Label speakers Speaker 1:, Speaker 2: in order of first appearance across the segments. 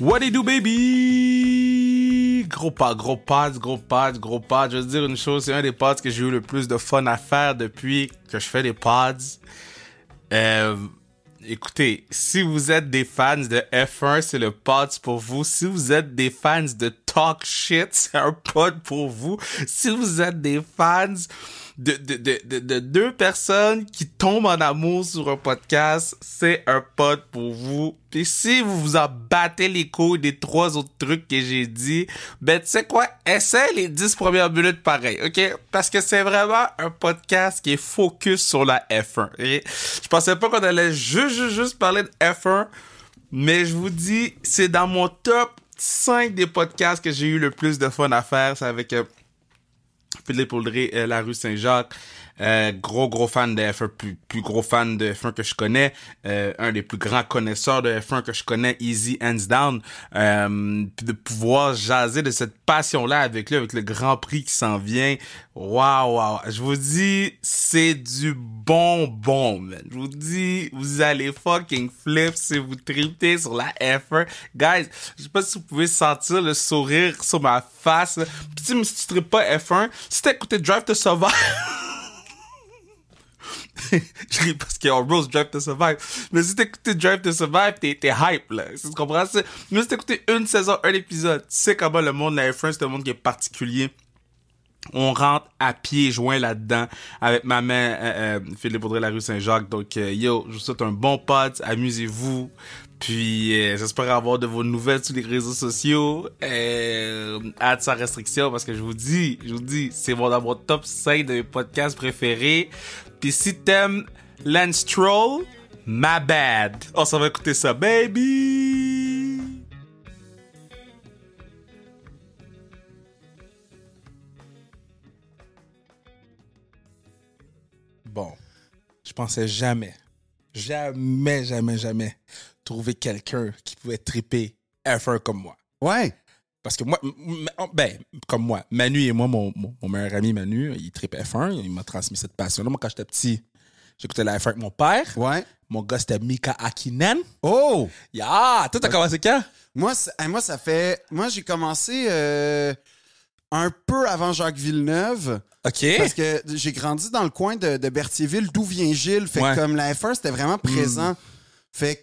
Speaker 1: What it do, baby? Gros pas, gros pas, gros pas, gros pas. Je veux dire une chose, c'est un des pods que j'ai eu le plus de fun à faire depuis que je fais les pods. Euh, écoutez, si vous êtes des fans de F1, c'est le pod pour vous. Si vous êtes des fans de talk shit, c'est un pod pour vous. Si vous êtes des fans de, de, de, de, de deux personnes qui tombent en amour sur un podcast, c'est un pod pour vous. Puis si vous vous en battez les couilles des trois autres trucs que j'ai dit, ben tu sais quoi, essaie les dix premières minutes pareil, ok? Parce que c'est vraiment un podcast qui est focus sur la F1. ok? Je pensais pas qu'on allait juste, juste, juste parler de F1, mais je vous dis, c'est dans mon top 5 des podcasts que j'ai eu le plus de fun à faire. C'est avec euh, Philippe Audrey, euh, la rue Saint-Jacques. Euh, gros, gros fan de F1, plus, plus gros fan de F1 que je connais. Euh, un des plus grands connaisseurs de F1 que je connais, Easy Hands Down. Euh, puis de pouvoir jaser de cette passion-là avec lui, avec le Grand Prix qui s'en vient. Waouh, waouh. Je vous dis, c'est du bonbon, man. Je vous dis, vous allez fucking flip si vous tripez sur la F1. Guys, je sais pas si vous pouvez sentir le sourire sur ma face. là. Puis tu sais, mais si tu tripes pas F1, si t'as écouté Drive to Survive... je ris parce qu'on rose Drive to Survive. Mais si t'écoutais Drive to Survive, t'es, t'es hype, là. Si tu comprends ça? Mais si t'écoutais une saison, un épisode, tu sais comment le monde de la F1, c'est un monde qui est particulier. On rentre à pieds joints là-dedans avec ma main euh, euh, Philippe Audrey, la rue Saint-Jacques. Donc, euh, yo, je vous souhaite un bon pod. Amusez-vous. Puis, euh, j'espère avoir de vos nouvelles sur les réseaux sociaux. Euh, hâte sans restriction parce que je vous dis, je vous dis, c'est mon, dans mon top 5 de mes podcasts préférés. Puis, si t'aimes Lance Stroll, my bad. On s'en va écouter Oh, ça, baby! Bon, je pensais jamais, jamais, jamais, jamais trouver quelqu'un qui pouvait triper F1 comme moi.
Speaker 2: Ouais.
Speaker 1: Parce que moi, m- m- ben, comme moi, Manu et moi, mon, mon- mon meilleur ami Manu, il tripe F1, il m'a transmis cette passion-là. Moi, quand j'étais petit, j'écoutais la F1 avec mon père.
Speaker 2: Ouais.
Speaker 1: Mon gars, c'était Mika Akinen.
Speaker 2: Oh!
Speaker 1: Yeah! Toi, t'as commencé quand?
Speaker 2: Moi, c'est- hey, moi ça fait. Moi, j'ai commencé euh, un peu avant Jacques Villeneuve.
Speaker 1: OK.
Speaker 2: Parce que j'ai grandi dans le coin de, de Berthierville, d'où vient Gilles. Fait que
Speaker 1: Ouais. Mm.
Speaker 2: comme la F1, c'était vraiment présent. Fait que,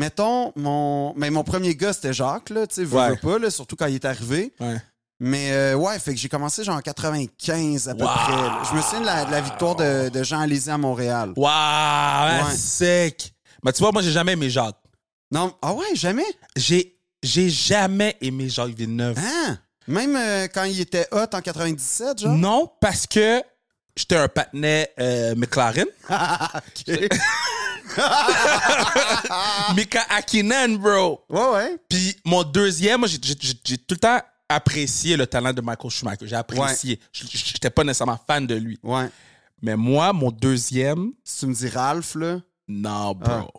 Speaker 2: mettons, mon, mais mon premier gars, c'était Jacques, là, tu sais, veux,
Speaker 1: Ouais.
Speaker 2: veux pas, là, surtout quand il est arrivé.
Speaker 1: Ouais.
Speaker 2: Mais euh, ouais, fait que j'ai commencé genre en 95 à peu
Speaker 1: Wow.
Speaker 2: près. là. Je me souviens de la, de la victoire de, de Jean Alési à Montréal.
Speaker 1: Wow! hein,
Speaker 2: Ouais.
Speaker 1: Sec! Mais tu vois, moi, j'ai jamais aimé Jacques.
Speaker 2: Non, ah ouais, jamais?
Speaker 1: J'ai, j'ai jamais aimé Jacques Villeneuve.
Speaker 2: Hein? Même euh, quand il était hot en 97, genre?
Speaker 1: Non, parce que j'étais un patinet euh, McLaren. Mika Akinen, bro!
Speaker 2: Ouais, ouais.
Speaker 1: Puis mon deuxième, moi, j'ai- j'ai j'ai- j'ai tout le temps apprécié le talent de Michael Schumacher. J'ai apprécié. Je J'étais pas nécessairement fan de lui.
Speaker 2: Ouais.
Speaker 1: Mais moi, mon deuxième,
Speaker 2: Si tu me dis Ralph, là.
Speaker 1: non, bro.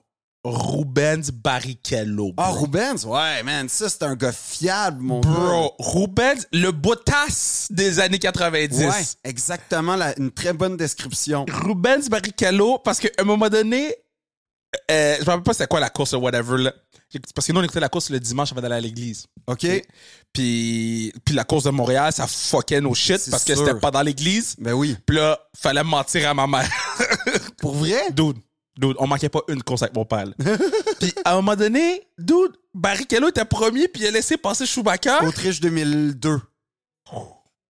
Speaker 1: Rubens Barrichello, bro.
Speaker 2: Ah, Rubens? Ouais, man, ça, c'est un gars fiable, mon gars.
Speaker 1: Bro, Rubens, le Bottas des années 90.
Speaker 2: Ouais, exactement. la- une très bonne description.
Speaker 1: Rubens Barrichello, parce qu'à un moment donné, euh, je me rappelle pas c'était quoi la course ou whatever, là. J'écoute- Parce que nous, on écoutait la course le dimanche avant d'aller à l'église.
Speaker 2: OK?
Speaker 1: Puis, puis la course de Montréal, ça fuckait nos shit
Speaker 2: C'est
Speaker 1: parce que
Speaker 2: sûr.
Speaker 1: c'était pas dans l'église.
Speaker 2: Ben oui.
Speaker 1: Puis là, fallait mentir à ma mère.
Speaker 2: Pour vrai?
Speaker 3: Hein?
Speaker 1: dude, dude, on manquait pas une course avec mon père. là. puis à un moment donné, dude, Barrichello était premier, puis il a laissé passer Schumacher.
Speaker 2: Autriche 2002.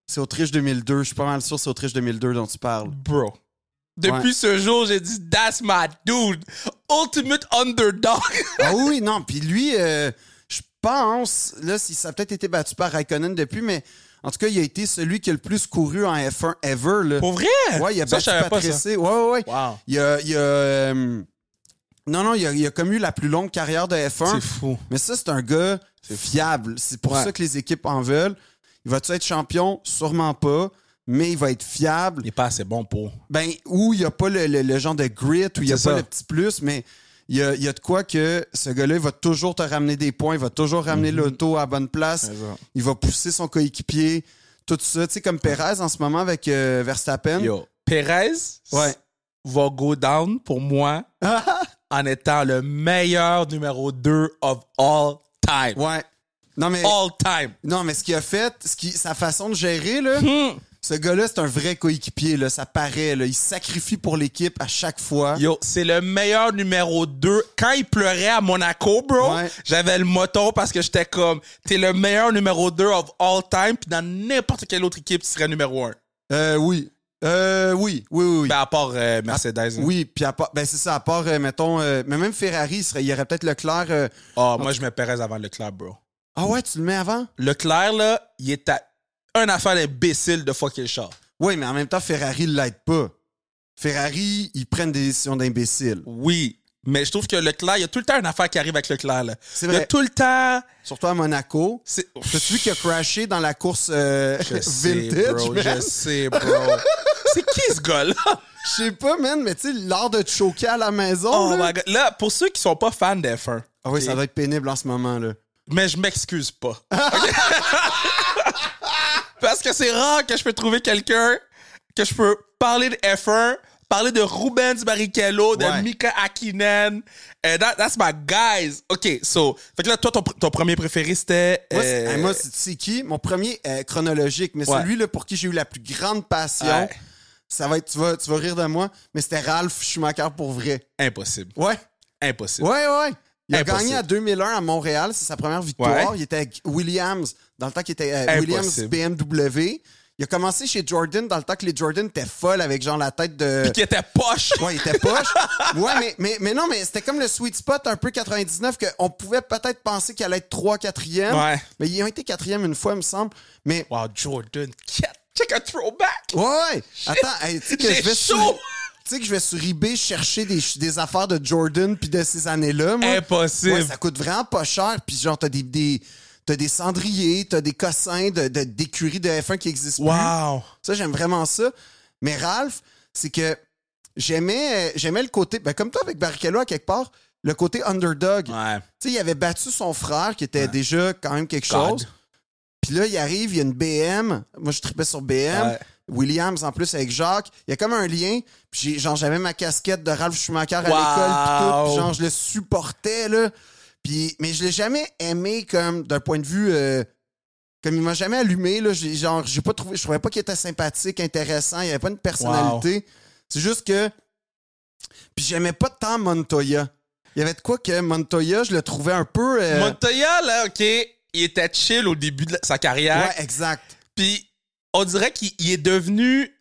Speaker 2: C'est Autriche 2002. Je suis pas mal sûr que c'est Autriche 2002 dont tu parles.
Speaker 1: Bro. Depuis
Speaker 2: Ouais.
Speaker 1: ce jour, j'ai dit, that's my dude. Ultimate underdog.
Speaker 2: Ah oui, non. Puis lui, euh, je pense, là, si ça a peut-être été battu par Raikkonen depuis, mais en tout cas, il a été celui qui a le plus couru en F1 ever. Là.
Speaker 1: Pour vrai?
Speaker 2: Ouais, il a
Speaker 1: ça, je
Speaker 2: battu
Speaker 1: savais pas ça.
Speaker 2: Patrese. Ouais, ouais, ouais.
Speaker 1: Wow.
Speaker 2: Il a. il a, euh, non, non, il a, il a comme eu la plus longue carrière de F1.
Speaker 1: C'est fou.
Speaker 2: Mais ça, c'est un gars fiable. C'est pour
Speaker 1: Ouais.
Speaker 2: ça que les équipes en veulent. Il va-tu être champion? Sûrement pas. Mais il va être fiable.
Speaker 1: Il est pas assez bon pour.
Speaker 2: Ben, où il n'y a pas le, le- le genre de grit, où il n'y a
Speaker 1: C'est
Speaker 2: pas
Speaker 1: ça.
Speaker 2: le petit plus, mais il y a, il y a de quoi que ce gars-là, il va toujours te ramener des points, il va toujours ramener l'auto à la bonne place,
Speaker 1: Mhm. C'est ça.
Speaker 2: il va pousser son coéquipier, tout ça. Tu sais, comme Perez en ce moment avec euh, Verstappen.
Speaker 1: Yo. Perez
Speaker 2: Ouais.
Speaker 1: va go down pour moi en étant le meilleur numéro 2 of all
Speaker 3: time.
Speaker 2: Ouais. Non, mais,
Speaker 1: Oh.
Speaker 3: All time.
Speaker 2: non, mais ce qu'il a fait, ce qui, sa façon de gérer, là,
Speaker 1: Hmm.
Speaker 2: ce gars-là, c'est un vrai coéquipier, là, ça paraît. Là, il sacrifie pour l'équipe à chaque fois.
Speaker 3: Yo, c'est le meilleur numéro 2. Quand il pleurait à Monaco, bro,
Speaker 2: Ouais.
Speaker 3: j'avais le moton parce que j'étais comme, t'es le meilleur numéro 2 of all time, puis dans n'importe quelle autre équipe, tu serais numéro 1.
Speaker 2: Euh, oui. Euh, oui, oui, oui. oui.
Speaker 3: Ben, à part euh, Mercedes. hein.
Speaker 2: Oui, puis à part, ben c'est ça, à part, euh, mettons, euh, mais même Ferrari, il, serait- il y aurait peut-être Leclerc. euh,
Speaker 3: Ah, moi, je me Perez avant Leclerc, bro.
Speaker 2: Ah ouais, tu le mets avant?
Speaker 3: Leclerc, là, il est à un affaire d'imbécile de fucker le char.
Speaker 2: Oui, mais en même temps, Ferrari l'aide pas. Ferrari, ils prennent des décisions d'imbéciles.
Speaker 3: Oui. Mais je trouve que Leclerc, il y a tout le temps une affaire qui arrive avec Leclerc, là.
Speaker 2: C'est
Speaker 3: Il y a
Speaker 2: vrai.
Speaker 3: tout le temps.
Speaker 2: Surtout à Monaco.
Speaker 3: C'est...
Speaker 2: T'as-tu vu qu'il a crashé dans la course euh,
Speaker 3: Je sais,
Speaker 2: vintage?
Speaker 3: bro.
Speaker 2: man?
Speaker 3: Je sais, bro. c'est qui ce gars-là?
Speaker 2: Je sais pas, man, mais tu sais, l'art de te choquer à la maison.
Speaker 3: Oh
Speaker 2: là.
Speaker 3: my God. Là, pour ceux qui sont pas fans de F1,
Speaker 2: Ah oui,
Speaker 3: ok,
Speaker 2: ça doit être pénible en ce moment, là.
Speaker 3: mais je m'excuse pas. Ok? Parce que c'est rare que je peux trouver quelqu'un que je peux parler de F1, parler de Rubens Barrichello, de
Speaker 2: Ouais.
Speaker 3: Mika Hakkinen. Eh, that- that's my guys. OK, so... Fait que là, toi, ton, pr- ton premier préféré, c'était...
Speaker 2: Moi, c'est-
Speaker 3: euh,
Speaker 2: hey, moi, c'est tu sais qui? Mon premier euh, chronologique, mais
Speaker 3: Ouais.
Speaker 2: celui là pour qui j'ai eu la plus grande passion,
Speaker 3: Ouais.
Speaker 2: ça va être, tu vas, tu vas rire de moi, mais c'était Ralph Schumacher pour vrai.
Speaker 3: Impossible.
Speaker 2: Ouais.
Speaker 3: Impossible.
Speaker 2: Ouais, ouais. Il a
Speaker 3: Impossible.
Speaker 2: gagné à 2001 à Montréal, c'est sa première victoire.
Speaker 3: Ouais.
Speaker 2: Il était avec Williams, dans le temps qu'il était euh, Williams
Speaker 3: Impossible.
Speaker 2: BMW. Il a commencé chez Jordan, dans le temps que les Jordan étaient folles avec genre la tête de.
Speaker 3: Qui était poche.
Speaker 2: Ouais, il était poche. ouais, mais, mais, mais non, mais c'était comme le sweet spot un peu 99 qu'on pouvait peut-être penser qu'il allait être 3 4e.
Speaker 3: Ouais.
Speaker 2: Mais ils ont été 4e une fois, il me semble. Mais
Speaker 3: Wow, Jordan 4. Check un throwback.
Speaker 2: ouais, ouais. Attends, hey, tu sais que
Speaker 3: j'ai
Speaker 2: je vais
Speaker 3: chaud.
Speaker 2: sur. Tu sais que je vais sur eBay chercher des, des affaires de Jordan puis de ces années-là, moi.
Speaker 3: Impossible.
Speaker 2: Ouais, ça coûte vraiment pas cher. Puis genre, t'as des, des, t'as des cendriers, t'as des cossins de, de- d'écuries de F1 qui existent plus.
Speaker 3: wow.
Speaker 2: Ça, j'aime vraiment ça. Mais Ralph, c'est que j'aimais, euh, j'aimais le côté, ben, comme toi avec Barrichello à quelque part, le côté underdog.
Speaker 3: Ouais.
Speaker 2: Tu sais, il avait battu son frère qui était déjà quand même quelque
Speaker 3: God.
Speaker 2: chose. Puis là, il arrive, il y a une BM. Moi, je tripais sur BM.
Speaker 3: Ouais.
Speaker 2: Williams, en plus, avec Jacques. Il y a comme un lien. Puis j'ai- genre, j'avais ma casquette de Ralph Schumacher à
Speaker 3: Wow.
Speaker 2: l'école. Puis tout. Puis genre, je le supportais, là. Puis, mais je l'ai jamais aimé comme d'un point de vue... euh, comme il m'a jamais allumé, là. J'ai- Genre, j'ai pas trouvé... Je trouvais pas qu'il était sympathique, intéressant. Il avait pas une personnalité. C'est juste que... Puis j'aimais pas tant Montoya. Il y avait de quoi que Montoya, je le trouvais un peu... euh,
Speaker 3: Montoya, là, OK, il était chill au début de la- sa carrière.
Speaker 2: ouais, exact.
Speaker 3: Puis on dirait qu'il il est devenu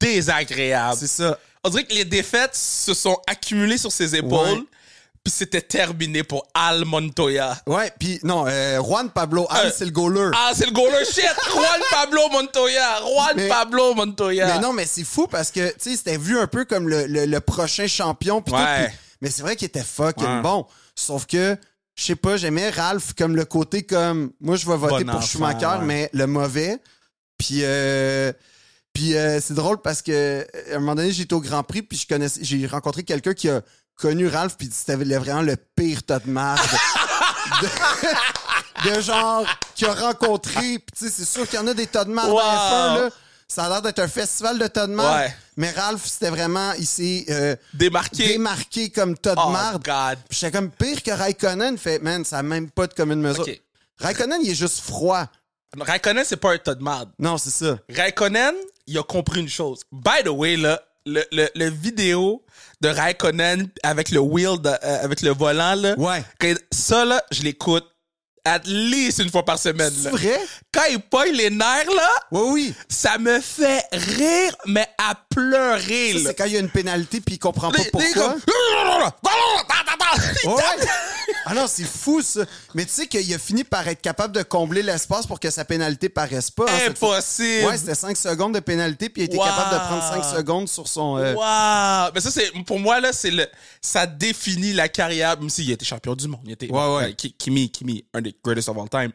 Speaker 3: désagréable.
Speaker 2: C'est ça.
Speaker 3: On dirait que les défaites se sont accumulées sur ses épaules.
Speaker 2: Ouais.
Speaker 3: Puis c'était terminé pour Al Montoya.
Speaker 2: Ouais, puis non, euh, Juan Pablo Al,
Speaker 3: Euh,
Speaker 2: c'est le goaler.
Speaker 3: Ah, c'est le goaler shit! Juan Pablo Montoya! Juan
Speaker 2: Mais-
Speaker 3: Pablo Montoya!
Speaker 2: Mais non, mais c'est fou parce que, tu sais, c'était vu un peu comme le, le- le prochain champion. pis tout,
Speaker 3: Ouais.
Speaker 2: pis- mais c'est vrai qu'il était fucking
Speaker 3: Ouais.
Speaker 2: bon. Sauf que, je sais pas, j'aimais Ralph comme le côté comme, moi, je vais voter
Speaker 3: Bon
Speaker 2: pour
Speaker 3: enfant,
Speaker 2: Schumacher,
Speaker 3: ouais.
Speaker 2: mais le mauvais. Puis, euh, puis euh, c'est drôle parce que, euh, à un moment donné, j'étais au Grand Prix, puis je connaissais, j'ai rencontré quelqu'un qui a connu Ralph, puis c'était le- vraiment le pire tas de marde. de, de genre, qui a rencontré, puis tu sais, c'est sûr qu'il y en a des tas de marde
Speaker 3: Wow.
Speaker 2: dans F1, là. Ça a l'air d'être un festival de tas de marde.
Speaker 3: Ouais.
Speaker 2: Mais Ralph, c'était vraiment, il s'est euh,
Speaker 3: Démarqué.
Speaker 2: démarqué comme tas de
Speaker 3: oh,
Speaker 2: marde.
Speaker 3: God.
Speaker 2: Puis J'étais comme pire que Raikkonen. Fait, man, ça n'a même pas de commune mesure.
Speaker 3: OK.
Speaker 2: Raikkonen, il est juste froid.
Speaker 3: Raikkonen, c'est pas un tas de marde.
Speaker 2: Non, c'est ça.
Speaker 3: Raikkonen, il a compris une chose. By the way, là, le, le, le vidéo de Raikkonen avec le wheel, de- euh, avec le volant, là,
Speaker 2: Ouais.
Speaker 3: que- ça, là, je l'écoute at least une fois par semaine.
Speaker 2: C'est
Speaker 3: là.
Speaker 2: vrai?
Speaker 3: Quand il pogne les nerfs, là,
Speaker 2: Oui, oui.
Speaker 3: ça me fait rire, mais à pleurer.
Speaker 2: Ça,
Speaker 3: là.
Speaker 2: c'est quand il y a une pénalité puis il comprend pas
Speaker 3: Les- les
Speaker 2: pourquoi.
Speaker 3: comme- Il
Speaker 2: Ouais,
Speaker 3: tape-
Speaker 2: ouais. Ah non, c'est fou ça. Mais tu sais qu'il a fini par être capable de combler l'espace pour que sa pénalité paraisse pas. hein, cette fois.
Speaker 3: Impossible.
Speaker 2: Ouais, c'était 5 secondes de pénalité puis il a été
Speaker 3: Wow.
Speaker 2: capable de prendre 5 secondes sur son. euh,
Speaker 3: Wow! Mais ça, c'est, pour moi, là, c'est le, ça définit la carrière, même s'il a été champion du monde. Il était,
Speaker 2: Ouais, ouais.
Speaker 3: euh, Ki- Kimi, Kimi, un des greatest of all time.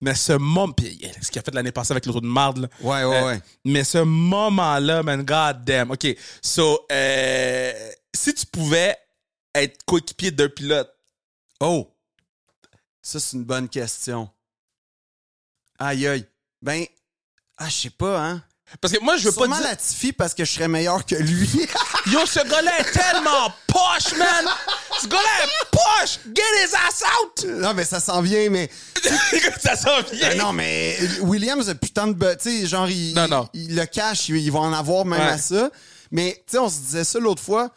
Speaker 3: Mais ce moment, puis il- ce qu'il a fait l'année passée avec l'auto de marde, là.
Speaker 2: Ouais, ouais,
Speaker 3: Euh,
Speaker 2: ouais.
Speaker 3: Mais ce moment-là, man, god damn. OK. So, euh, si tu pouvais être coéquipier d'un pilote,
Speaker 2: Oh! Ça, c'est une bonne question. Aïe, aïe. Ben, ah, je sais pas, hein.
Speaker 3: parce que moi, je
Speaker 2: Je
Speaker 3: veux
Speaker 2: veux
Speaker 3: pas dire.
Speaker 2: Latifi parce que je serais meilleur que lui.
Speaker 3: Yo, ce gars-là est tellement poche, man! Ce gars-là est poche! Cash, get his ass out!
Speaker 2: Non, mais ça s'en vient, mais.
Speaker 3: ça s'en vient.
Speaker 2: Ben non, mais Williams, putain de. be- Tu sais, genre, il,
Speaker 3: Non, non.
Speaker 2: il- le cash, il, il va en avoir même
Speaker 3: Ouais.
Speaker 2: à ça. Mais, tu sais, on se disait ça l'autre fois.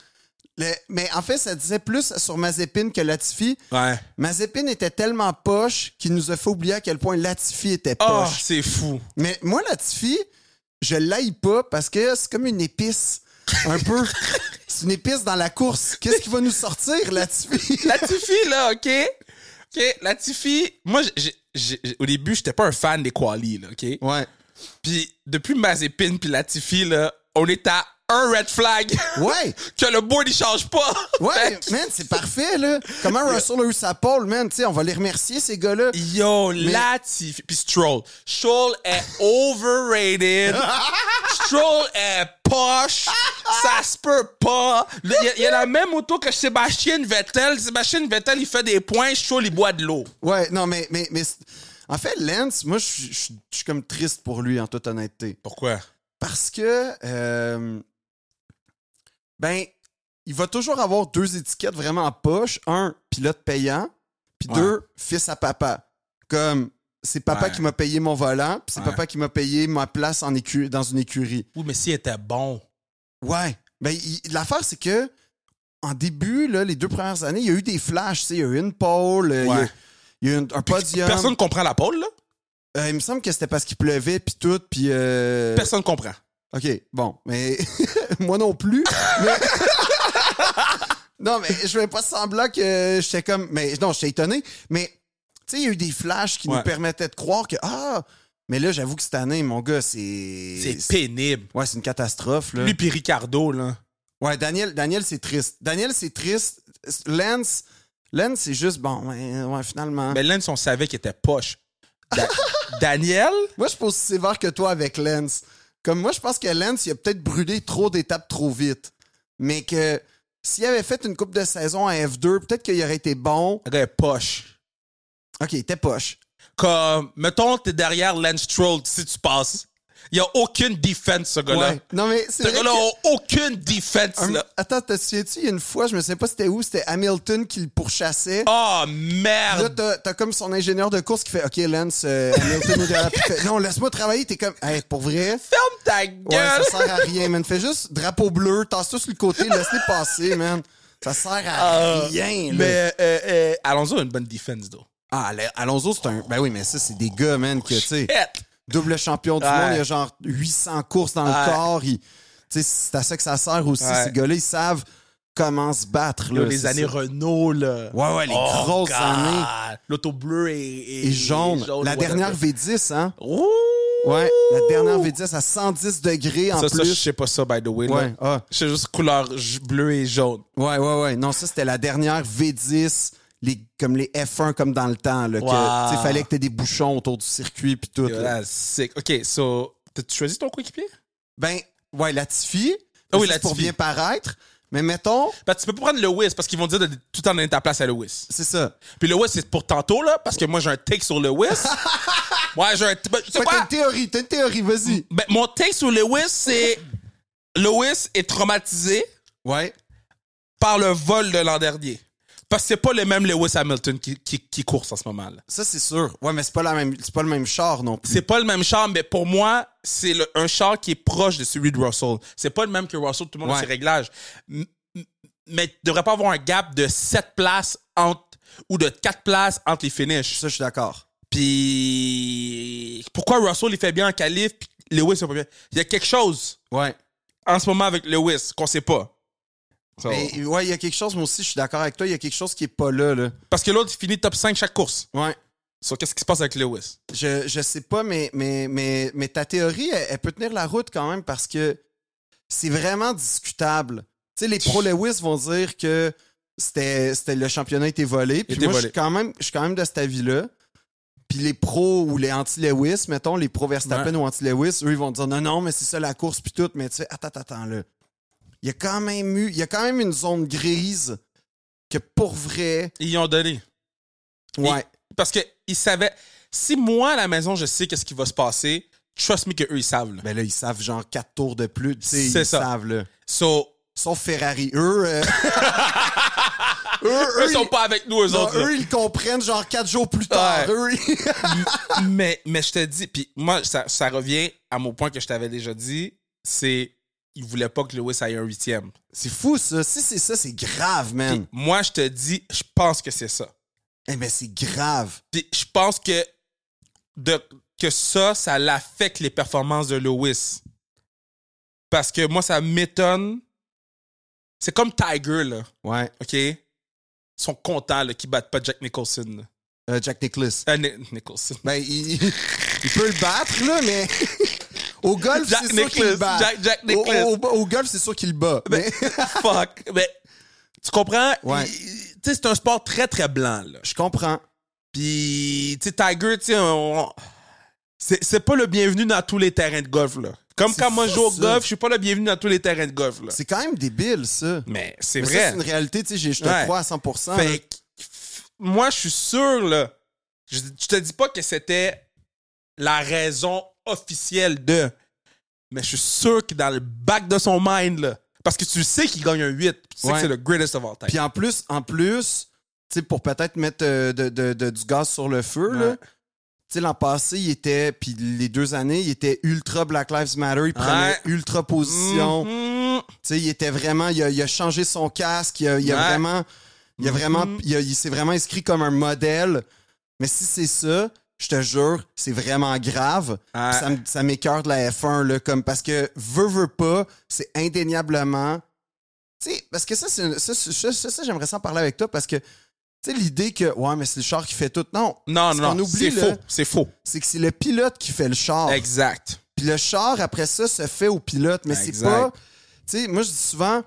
Speaker 2: Le- mais en fait, ça disait plus sur Mazepin que Latifi.
Speaker 3: Ouais.
Speaker 2: Mazepin était tellement poche qu'il nous a fait oublier à quel point Latifi était
Speaker 3: Oh,
Speaker 2: poche.
Speaker 3: c'est fou.
Speaker 2: Mais moi, Latifi, je l'aille pas parce que c'est comme une épice. Un peu. C'est une épice dans la course. Qu'est-ce qui va nous sortir, Latifi?
Speaker 3: Latifi, là, OK? OK, Latifi, moi, j'ai- j'ai- j'ai- au début, j'étais pas un fan des Quali, là, OK?
Speaker 2: Ouais.
Speaker 3: Puis depuis Mazepin puis Latifi, là, on est à un red flag
Speaker 2: Ouais!
Speaker 3: que le board, il change pas.
Speaker 2: Ouais,
Speaker 3: Fait
Speaker 2: man, c'est parfait, là. Comment Russell a eu sa pole, man? Tu sais, on va les remercier, ces gars-là.
Speaker 3: que- Yo, Latifi. Puis Stroll. Stroll est overrated. Stroll est poche. Ça se peut pas. Le- Il y a- il y, a la même auto que Sébastien Vettel. Sébastien Vettel, il fait des points. Stroll, il boit de l'eau.
Speaker 2: Ouais, non, mais, mais, mais c'est- en fait, Lance, moi, je suis- je suis- je suis comme triste pour lui, en toute honnêteté.
Speaker 3: Pourquoi?
Speaker 2: Parce que, euh, ben, il va toujours avoir deux étiquettes vraiment en poche. Un, pilote payant. Puis
Speaker 3: Ouais.
Speaker 2: deux, fils à papa. Comme, c'est papa
Speaker 3: Ouais.
Speaker 2: qui m'a payé mon volant, puis c'est
Speaker 3: Ouais.
Speaker 2: papa qui m'a payé ma place en écu- dans une écurie.
Speaker 3: Oui, mais s'il était bon.
Speaker 2: Ouais. Ben, il- l'affaire, c'est que en début, là, les deux premières années, il y a eu des flashs. tu sais, Il y a eu une pole, euh, il y a-
Speaker 3: Ouais.
Speaker 2: il y a eu un- un podium.
Speaker 3: Personne comprend la pole, là.
Speaker 2: Euh, il me semble que c'était parce qu'il pleuvait, puis tout, puis... euh,
Speaker 3: Personne comprend.
Speaker 2: OK, bon, mais moi non plus. mais- non, mais je vais pas semblant que j'étais comme... Mais non, j'étais étonné, mais... Tu sais, il y a eu des flashs qui
Speaker 3: Ouais.
Speaker 2: nous permettaient de croire que... Ah! Mais là, j'avoue que cette année, mon gars, c'est...
Speaker 3: C'est pénible.
Speaker 2: Ouais, Hein? c'est une catastrophe, là.
Speaker 3: Lui puis Ricardo, là.
Speaker 2: Ouais, Daniel, Daniel c'est triste. Daniel, c'est triste. Lance, Lance, c'est juste bon, ouais, ouais, finalement.
Speaker 3: Mais Lens, on savait qu'il était poche. Da- Daniel?
Speaker 2: Moi, je suis pas aussi sévère que toi avec Lance. Comme moi, je pense que Lance, il a peut-être brûlé trop d'étapes trop vite. Mais que s'il avait fait une coupe de saison à F2, peut-être qu'il aurait été bon.
Speaker 3: Le gars est poche.
Speaker 2: Ok, il était poche.
Speaker 3: Comme, mettons, t'es derrière Lance Stroll si tu passes. Il y a aucune défense, ce gars-là.
Speaker 2: Ouais. Non, mais c'est.
Speaker 3: Ce
Speaker 2: vrai
Speaker 3: gars-là
Speaker 2: que-
Speaker 3: a aucune défense,
Speaker 2: un-
Speaker 3: là.
Speaker 2: Attends, te souviens-tu, il y a une fois, je me sais pas c'était où, c'était Hamilton qui le pourchassait.
Speaker 3: Oh,
Speaker 2: Puis Là,
Speaker 3: merde.
Speaker 2: t'as- t'as comme son ingénieur de course qui fait Ok, Lance, euh, Hamilton est derrière. Puis il fait, Non, laisse-moi travailler. T'es comme Hey, pour vrai.
Speaker 3: Ferme ta
Speaker 2: Ouais, ça
Speaker 3: gueule.
Speaker 2: sert à rien, man. Fais juste drapeau bleu, tasse ça sur le côté, laisse-les passer, man. Ça sert à
Speaker 3: Ah,
Speaker 2: rien, là.
Speaker 3: mais euh, euh, Alonso a une bonne défense, though.
Speaker 2: Ah, le- Alonso, c'est un. Ben oui, mais ça, c'est des gars, man, que, tu sais,
Speaker 3: Shit.
Speaker 2: double champion du
Speaker 3: Ouais.
Speaker 2: monde, il y a genre 800 courses dans
Speaker 3: Ouais.
Speaker 2: le corps. il- Tu sais, c'est à ça que ça sert aussi,
Speaker 3: Ouais.
Speaker 2: ces gars-là, ils savent comment se battre, là.
Speaker 3: les
Speaker 2: c'est
Speaker 3: années
Speaker 2: ça.
Speaker 3: Renault, là.
Speaker 2: Ouais, ouais, les
Speaker 3: Oh,
Speaker 2: grosses
Speaker 3: God.
Speaker 2: années.
Speaker 3: L'auto bleue et, et-
Speaker 2: Et jaune.
Speaker 3: et jaune,
Speaker 2: La
Speaker 3: whatever.
Speaker 2: dernière V10, hein?
Speaker 3: Ouh.
Speaker 2: Ouais, la dernière V10 à 110 degrés en
Speaker 3: Ça, ça, je
Speaker 2: plus.
Speaker 3: sais pas ça, by the way.
Speaker 2: Ouais,
Speaker 3: là.
Speaker 2: ah.
Speaker 3: Je sais juste couleur j- bleue et jaune.
Speaker 2: Ouais, ouais, ouais. Non, ça, c'était la dernière V10, les, comme les F1, comme dans le temps. Là, que,
Speaker 3: Wow.
Speaker 2: tu sais, fallait que t'aies des bouchons autour du circuit puis tout.
Speaker 3: Yo,
Speaker 2: là.
Speaker 3: that's Ah, sick. OK, so, t'as-tu choisi ton coéquipier?
Speaker 2: Ben, ouais, Latifi.
Speaker 3: Ah oui,
Speaker 2: Ça, c'est Pour
Speaker 3: Latifi.
Speaker 2: bien paraître. Mais mettons,
Speaker 3: Ben, tu peux pas prendre Lewis parce qu'ils vont dire de tout en donner ta place à Lewis.
Speaker 2: c'est ça.
Speaker 3: Puis Lewis, c'est pour tantôt, là, parce que moi, j'ai un take sur Lewis. Moi, j'ai un... t- ben, je sais
Speaker 2: Ouais, T'as une
Speaker 3: pas.
Speaker 2: théorie, t'as une théorie, vas-y.
Speaker 3: Ben, mon take sur Lewis, c'est... Lewis est traumatisé
Speaker 2: Ouais.
Speaker 3: par le vol de l'an dernier. Parce que c'est pas le même Lewis Hamilton qui, qui, qui course en ce moment, là.
Speaker 2: Ça, c'est sûr. Ouais, mais c'est pas, la même, c'est pas le même char non plus.
Speaker 3: C'est pas le même char, mais pour moi, c'est le- un char qui est proche de celui de Russell. C'est pas le même que Russell, tout le monde a
Speaker 2: Ouais.
Speaker 3: ses réglages. M- m- Mais tu devrais pas avoir un gap de 7 places entre ou de 4 places entre les finishes.
Speaker 2: Ça, je suis d'accord.
Speaker 3: Puis pourquoi Russell il fait bien en qualif puis Lewis il fait pas bien Il y a quelque chose
Speaker 2: Ouais.
Speaker 3: en ce moment avec Lewis qu'on sait pas. So-
Speaker 2: Mais, ouais, il y a quelque chose, moi aussi, je suis d'accord avec toi. Il y a quelque chose qui est pas là, là.
Speaker 3: Parce que l'autre il finit top 5 chaque course.
Speaker 2: Ouais.
Speaker 3: So, qu'est-ce qui se passe avec Lewis
Speaker 2: Je, je sais pas, mais, mais, mais, mais ta théorie, elle, elle peut tenir la route quand même parce que c'est vraiment discutable. Tu sais, les pro-Lewis vont dire que c'était, c'était le championnat était volé. Puis
Speaker 3: Était
Speaker 2: moi, je
Speaker 3: volé.
Speaker 2: suis quand même, je suis quand même de cet avis-là. Puis les pros ou les anti-Lewis, mettons, les pros Verstappen ou anti-Lewis, eux, ils vont dire non, non, mais c'est ça la course, puis tout. Mais tu sais, attends, attends, attends, là. Il y a quand même eu, il y a quand même une zone grise que pour vrai,
Speaker 3: Ils y ont donné.
Speaker 2: ouais.
Speaker 3: Parce que ils savaient. Si moi à la maison je sais qu'est-ce qui va se passer, trust me que eux ils savent. là.
Speaker 2: Ben là, ils savent genre quatre tours de plus. tu sais,
Speaker 3: C'est
Speaker 2: ils
Speaker 3: ça.
Speaker 2: savent, là.
Speaker 3: So
Speaker 2: Sauf Ferrari. Eux, euh, Eux,
Speaker 3: Eux,
Speaker 2: eux,
Speaker 3: ils sont
Speaker 2: ils-
Speaker 3: pas avec nous, eux
Speaker 2: non,
Speaker 3: autres. là.
Speaker 2: eux, ils comprennent genre quatre jours plus tard.
Speaker 3: Ouais.
Speaker 2: Eux, ils-
Speaker 3: mais, mais je te dis, puis moi, ça, ça revient à mon point que je t'avais déjà dit, c'est ils voulaient pas que Lewis aille un huitième.
Speaker 2: C'est fou, ça. Si c'est ça, c'est grave,
Speaker 3: Puis
Speaker 2: man.
Speaker 3: moi, je te dis, je pense que c'est ça.
Speaker 2: Eh ben, c'est grave.
Speaker 3: Puis je pense que de, que ça, ça l'affecte les performances de Lewis. Parce que moi, ça m'étonne. C'est comme Tiger, là,
Speaker 2: Ouais.
Speaker 3: OK? Ils sont contents là, qu'ils battent pas Jack Nicholson. là.
Speaker 2: Euh, Jack Nicklaus.
Speaker 3: Euh, Ni- Nicholson.
Speaker 2: Ben, il, il- il peut le battre, là, mais au golf,
Speaker 3: Jack
Speaker 2: c'est sûr qu'il le
Speaker 3: Nicklaus,
Speaker 2: bat. Oh,
Speaker 3: Jack- Jack
Speaker 2: Au-
Speaker 3: Nicklaus.
Speaker 2: Au, au golf, c'est sûr qu'il le bat. Mais...
Speaker 3: Fuck. Mais tu comprends?
Speaker 2: Ouais.
Speaker 3: Il- il- Tu sais, c'est un sport très, très blanc, là.
Speaker 2: Je comprends.
Speaker 3: Puis, tu sais, Tiger, tu sais, on- on- c'est c'est pas le bienvenu dans tous les terrains de golf, là. Comme
Speaker 2: C'est
Speaker 3: quand moi je
Speaker 2: fou,
Speaker 3: joue au
Speaker 2: ça.
Speaker 3: golf, je suis pas le bienvenu dans tous les terrains de golf, là.
Speaker 2: C'est quand même débile, ça.
Speaker 3: Mais c'est
Speaker 2: Mais ça,
Speaker 3: vrai.
Speaker 2: c'est une réalité, tu sais, j'ai- je te
Speaker 3: Ouais.
Speaker 2: crois à 100%.
Speaker 3: Fait que, f- moi, je suis sûr, là. Je, je te dis pas que c'était la raison officielle de. Mais je suis sûr que dans le back de son mind, là. Parce que tu sais qu'il gagne un 8. puis Tu sais que
Speaker 2: Ouais.
Speaker 3: c'est le greatest of all time.
Speaker 2: Puis en plus, en plus, tu sais, pour peut-être mettre euh, de- de- de- du gaz sur le feu, là,
Speaker 3: Ouais.
Speaker 2: tu sais, l'an passé, il était, puis les deux années, il était ultra Black Lives Matter, il prenait
Speaker 3: Ouais.
Speaker 2: ultra position.
Speaker 3: Mhm.
Speaker 2: Tu sais, il était vraiment, il a, il a changé son casque, il a, il a
Speaker 3: Ouais.
Speaker 2: vraiment, il a vraiment,
Speaker 3: Mhm.
Speaker 2: il, a- il s'est vraiment inscrit comme un modèle. Mais si c'est ça, je te jure, c'est vraiment grave.
Speaker 3: Ouais.
Speaker 2: Ça, me- ça m'écœure de la F1, là, comme parce que veut, veut pas, c'est indéniablement. Tu sais, parce que ça, c'est une- ça, c'est- ça, ça, ça, j'aimerais s'en parler avec toi parce que, tu sais, l'idée que, ouais, mais c'est le char qui fait tout. Non,
Speaker 3: Non,
Speaker 2: Ce
Speaker 3: non,
Speaker 2: qu'on
Speaker 3: non.
Speaker 2: oublie,
Speaker 3: C'est
Speaker 2: là- Ah.
Speaker 3: faux. C'est faux.
Speaker 2: c'est que c'est le pilote qui fait le char.
Speaker 3: Exact.
Speaker 2: Puis le char, après ça, se fait au pilote. Mais c'est
Speaker 3: Exact.
Speaker 2: pas. Tu sais, moi, je dis souvent,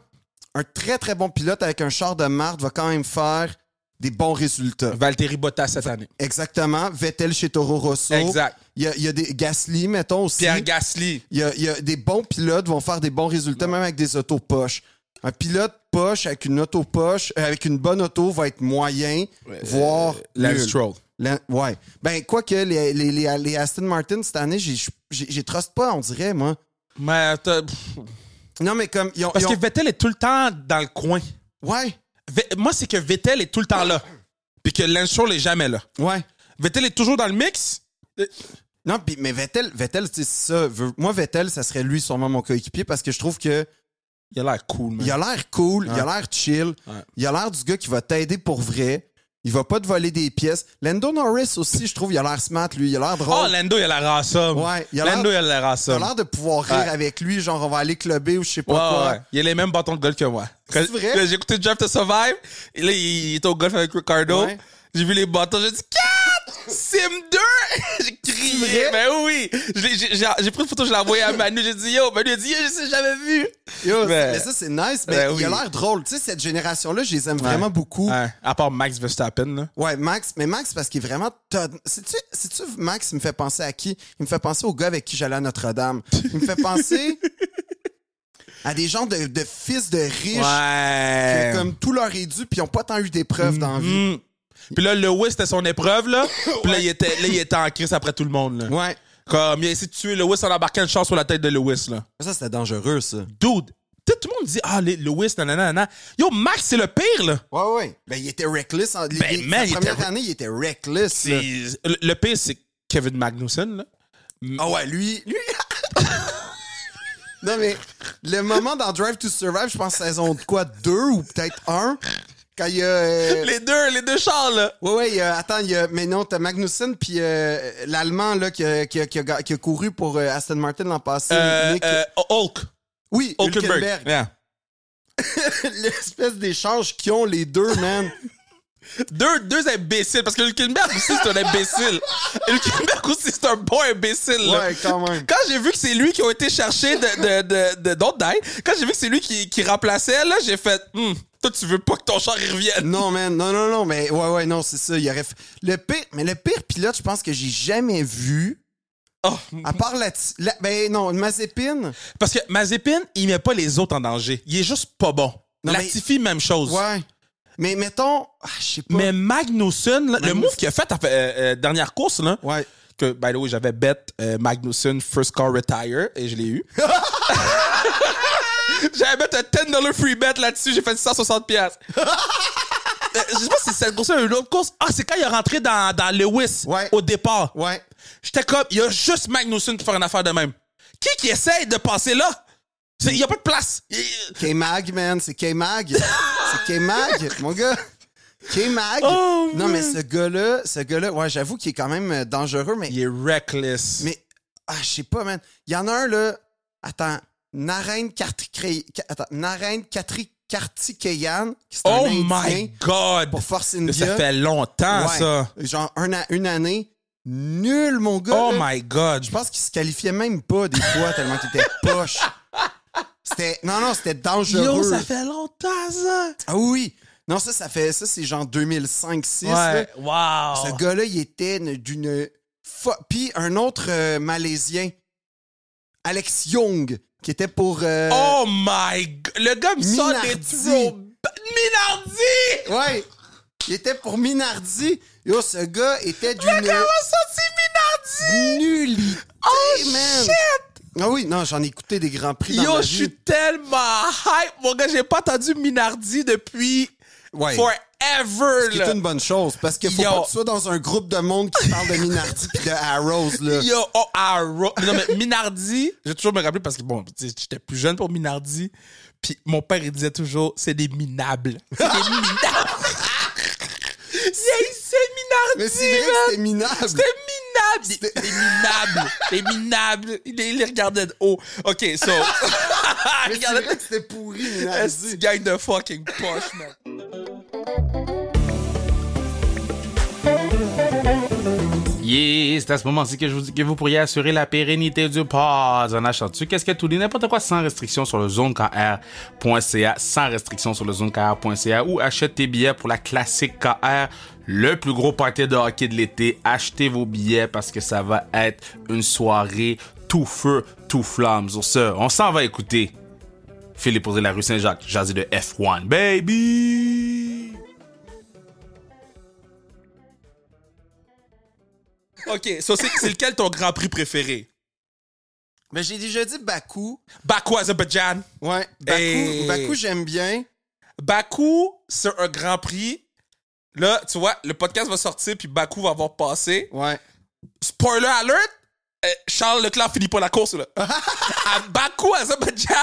Speaker 2: un très, très bon pilote avec un char de marde va quand même faire des bons résultats.
Speaker 3: Valtteri Bottas cette année.
Speaker 2: Exactement. Vettel chez Toro Rosso.
Speaker 3: Exact.
Speaker 2: Il y a, il y a des. Gasly, mettons aussi.
Speaker 3: Pierre Gasly.
Speaker 2: Il y a, il y a des bons pilotes vont faire des bons résultats, même avec des autos poches. Un pilote poche avec une auto poche, euh, avec une bonne auto, va être moyen, voire
Speaker 3: Lance
Speaker 2: nul.
Speaker 3: Stroll.
Speaker 2: La- ouais. Ben, quoique, les, les, les, les Aston Martin, cette année, j'ai- j'ai j'ai trust pas, on dirait, moi.
Speaker 3: Mais t'as- pff,
Speaker 2: Non, mais comme. Ils ont,
Speaker 3: Parce
Speaker 2: ils
Speaker 3: que
Speaker 2: ont-
Speaker 3: Vettel est tout le temps dans le coin.
Speaker 2: Ouais,
Speaker 3: Ve- Moi, c'est que Vettel est tout le temps là. Puis que Lance Stroll n'est jamais là.
Speaker 2: ouais.
Speaker 3: Vettel est toujours dans le mix.
Speaker 2: Non, pis, mais Vettel, Vettel, tu sais, c'est ça. veut- Moi, Vettel, ça serait lui sûrement mon coéquipier parce que je trouve que
Speaker 3: Il a l'air cool, man.
Speaker 2: il a l'air cool, il a l'air chill,
Speaker 3: Ouais.
Speaker 2: il a l'air du gars qui va t'aider pour vrai. Il va pas te voler des pièces. Lando Norris aussi, je trouve, il a l'air smart, lui. Il a l'air
Speaker 3: Oh,
Speaker 2: drôle.
Speaker 3: Lando, il a l'air awesome.
Speaker 2: Ouais, il a l'air-
Speaker 3: Lando, il a l'air
Speaker 2: il a
Speaker 3: awesome.
Speaker 2: l'air de pouvoir rire
Speaker 3: Ouais.
Speaker 2: avec lui, genre on va aller clubber ou je sais pas
Speaker 3: Ouais,
Speaker 2: quoi.
Speaker 3: ouais, ouais. Il a les mêmes bâtons de golf que moi.
Speaker 2: C'est
Speaker 3: Quand-
Speaker 2: vrai?
Speaker 3: quand J'ai écouté Jeff to Survive. Et là, il était au golf avec Ricardo.
Speaker 2: Ouais.
Speaker 3: J'ai vu les bâtons. J'ai dit, 4! Sim 2! J'ai crié.
Speaker 2: vrai?
Speaker 3: Ben oui. Je l'ai- J'ai j'ai- j'ai pris une photo, je l'ai envoyée à Manu. J'ai dit, yo, Manu a dit, yo, je sais, j'avais vu.
Speaker 2: Yo,
Speaker 3: Ben,
Speaker 2: mais ça, c'est nice, mais
Speaker 3: ben
Speaker 2: il a
Speaker 3: oui.
Speaker 2: l'air drôle. Tu sais, cette génération-là, je les aime vraiment beaucoup.
Speaker 3: Ouais, à part Max Verstappen, là.
Speaker 2: Ouais, Max, mais Max, parce qu'il est vraiment. tod- Sais-tu, sais-tu, Max, il me fait penser à qui Il me fait penser au gars avec qui j'allais à Notre-Dame. Il me fait penser à des gens de, de fils de riches
Speaker 3: Ouais.
Speaker 2: qui, comme tout leur est dû, puis ils n'ont pas tant eu d'épreuves dans la vie.
Speaker 3: Mm. Puis là, Lewis, c'était son épreuve, là. Puis là, il était, là, il était en crise après tout le monde, là.
Speaker 2: Ouais.
Speaker 3: Comme, il a essayé de tuer Lewis en embarquant une chance sur la tête de Lewis, là.
Speaker 2: Ça, c'était dangereux, ça.
Speaker 3: Dude, tu sais, tout le monde dit, ah, les- Lewis, nanana, nanana. Yo, Max, c'est le pire, là.
Speaker 2: Ouais, ouais. Ben, il était reckless. En,
Speaker 3: Ben,
Speaker 2: les-
Speaker 3: man,
Speaker 2: sa
Speaker 3: il
Speaker 2: première
Speaker 3: était-
Speaker 2: année, il était reckless. là.
Speaker 3: C'est- Le, le pire, c'est Kevin Magnussen, là.
Speaker 2: Ah ouais, lui. lui... non, mais le moment dans Drive to Survive, je pense saison de quoi Deux ou peut-être un Quand il y a. euh,
Speaker 3: Les deux, les deux chars, là.
Speaker 2: Ouais, ouais, il y a- attends, il y a, mais non, t'as Magnussen, puis euh, l'Allemand là, qui, a, qui, a, qui, a, ga- qui a couru pour euh, Aston Martin l'an passé.
Speaker 3: Euh,
Speaker 2: Nick-
Speaker 3: euh, Hulk.
Speaker 2: oui,
Speaker 3: Hulkenberg.
Speaker 2: Hülkenberg.
Speaker 3: Yeah.
Speaker 2: L'espèce d'échange qu'ils ont les deux, man.
Speaker 3: Deux, deux imbéciles, parce que Hulkenberg aussi, c'est un imbécile. Hulkenberg aussi, c'est un bon imbécile, là.
Speaker 2: ouais, quand même.
Speaker 3: Quand j'ai vu que c'est lui qui a été cherché de, de, de, de Don't Die, quand j'ai vu que c'est lui qui, qui remplaçait, là, j'ai fait Hum, toi, tu veux pas que ton char y revienne.
Speaker 2: Non, man, non, non, non, mais ouais, ouais, non, c'est ça. Il aurait f- le pire, mais le pire pilote, je pense que j'ai jamais vu,
Speaker 3: Oh,
Speaker 2: à part la, ti- la- ben non, Mazepin.
Speaker 3: Parce que Mazepin, il met pas les autres en danger. Il est juste pas bon.
Speaker 2: Non,
Speaker 3: Latifi, même chose.
Speaker 2: Ouais. Mais mettons, ah, je sais pas.
Speaker 3: Mais Magnussen, là, le
Speaker 2: Magnussen.
Speaker 3: move qu'il a fait à euh, euh, dernière course, là,
Speaker 2: Ouais.
Speaker 3: que, by the way, j'avais bet euh, Magnussen First Car Retire et je l'ai eu. j'avais bet un 10$ free bet là-dessus, j'ai fait 160$. piastres. euh, je sais pas si c'est cette course-là ou une autre course. Ah, c'est quand il est rentré dans, dans Lewis
Speaker 2: Ouais.
Speaker 3: au départ.
Speaker 2: Ouais.
Speaker 3: J'étais comme, il y a juste Magnussen pour faire une affaire de même. Qui qui essaye de passer là? C'est- Il y a pas de place. Il-
Speaker 2: K-Mag, man, c'est K-Mag. c'est K-Mag, mon gars. K-Mag.
Speaker 3: Oh,
Speaker 2: non,
Speaker 3: man.
Speaker 2: mais ce gars-là, ce gars-là, ouais, j'avoue qu'il est quand même euh, dangereux, mais.
Speaker 3: Il est reckless.
Speaker 2: Mais, ah, je sais pas, man. Il y en a un, là. Attends. Naren Kartikeyan, attends, Naren Katri- Kartikeyan, qui est un
Speaker 3: oh
Speaker 2: Indien,
Speaker 3: my God!
Speaker 2: pour Force
Speaker 3: Là,
Speaker 2: India.
Speaker 3: Ça fait longtemps,
Speaker 2: Ouais.
Speaker 3: ça.
Speaker 2: Genre, un an- une année. Nul, mon gars.
Speaker 3: Oh
Speaker 2: là.
Speaker 3: my God!
Speaker 2: Je pense qu'il se qualifiait même pas des fois tellement qu'il était poche. C'était... Non, non, c'était dangereux.
Speaker 3: Yo, ça fait longtemps, ça!
Speaker 2: Ah oui! Non, ça, ça fait... Ça, c'est genre 2005-6. là.
Speaker 3: Ouais. Oh. Wow!
Speaker 2: Ce gars-là, il était une- d'une... fo- Puis un autre euh, Malaisien, Alex Young, qui était pour... euh,
Speaker 3: Oh my god! Le gars me sort des
Speaker 2: Minardi.
Speaker 3: throw- Minardi!
Speaker 2: Ouais! Il était pour Minardi. Yo, ce gars était
Speaker 3: Le
Speaker 2: d'une
Speaker 3: gars m'a sorti Minardi!
Speaker 2: nullité,
Speaker 3: Oh
Speaker 2: man!
Speaker 3: shit!
Speaker 2: Ah oui, non, j'en ai écouté des grands prix dans
Speaker 3: Yo,
Speaker 2: ma
Speaker 3: je
Speaker 2: vie.
Speaker 3: suis tellement hype! Mon gars, j'ai pas entendu Minardi depuis
Speaker 2: Ouais.
Speaker 3: forever,
Speaker 2: C'est
Speaker 3: là!
Speaker 2: une bonne chose parce qu'il faut
Speaker 3: Yo.
Speaker 2: pas que tu sois dans un groupe de monde qui parle de Minardi puis de Arrows là.
Speaker 3: Yo, oh, ah, ro- Non, mais Minardi, j'ai toujours me rappelé parce que, bon, tu sais, j'étais plus jeune pour Minardi. Puis mon père, il disait toujours, c'est des minables. C'est des minables! c'est c'est Minardi!
Speaker 2: Mais c'est vrai que
Speaker 3: man.
Speaker 2: c'était minable.
Speaker 3: C'était minable! Les minables! Les minables! Il les, il les regardait de haut. Ok, so.
Speaker 2: Mais C'est
Speaker 3: Regardez
Speaker 2: vrai que c'était pourri Minardi.
Speaker 3: cette gang de fucking poche, man.
Speaker 1: Yeah, c'est à ce moment-ci que je vous dis que vous pourriez assurer la pérennité du pod en achetant tu qu'est-ce que tout dit n'importe quoi sans restriction sur le zonekr.ca, sans restriction sur le zonekr.ca ou achète tes billets pour la classique KR, le plus gros party de hockey de l'été. Achetez vos billets parce que ça va être une soirée tout feu, tout flamme. Sur ce, on s'en va écouter Philippe Audrey la rue Saint-Jacques, jasé de F1, baby!
Speaker 3: Ok, so c'est c'est lequel ton grand prix préféré?
Speaker 2: Mais j'ai déjà dit Bakou.
Speaker 3: Baku, Azerbaïdjan.
Speaker 2: Ouais, Bakou,
Speaker 3: Hey.
Speaker 2: Bakou j'aime bien.
Speaker 3: Baku, c'est un grand prix. Là, tu vois, le podcast va sortir, puis Baku va avoir passé.
Speaker 2: Ouais.
Speaker 3: Spoiler alert! euh, Charles Leclerc finit pas la course, là. à Baku, Azerbaïdjan,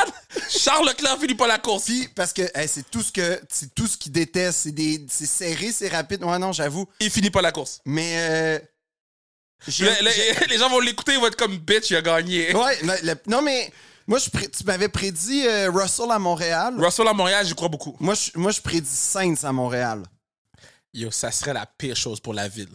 Speaker 3: Charles Leclerc finit pas la course.
Speaker 2: Puis parce que hey, c'est tout ce que c'est tout ce qu'il déteste, c'est des c'est serré, c'est rapide. Ouais non, j'avoue.
Speaker 3: Il finit pas la course.
Speaker 2: Mais euh, j'ai-
Speaker 3: Le- le-
Speaker 2: j'ai-
Speaker 3: les gens vont l'écouter, ils vont être comme bitch, il a gagné.
Speaker 2: Ouais, le- le- non mais moi je pré- tu m'avais prédit euh, Russell à Montréal.
Speaker 3: Russell à Montréal, j'y crois beaucoup.
Speaker 2: Moi je moi je prédis Sainz à Montréal.
Speaker 3: Yo, ça serait la pire chose pour la ville.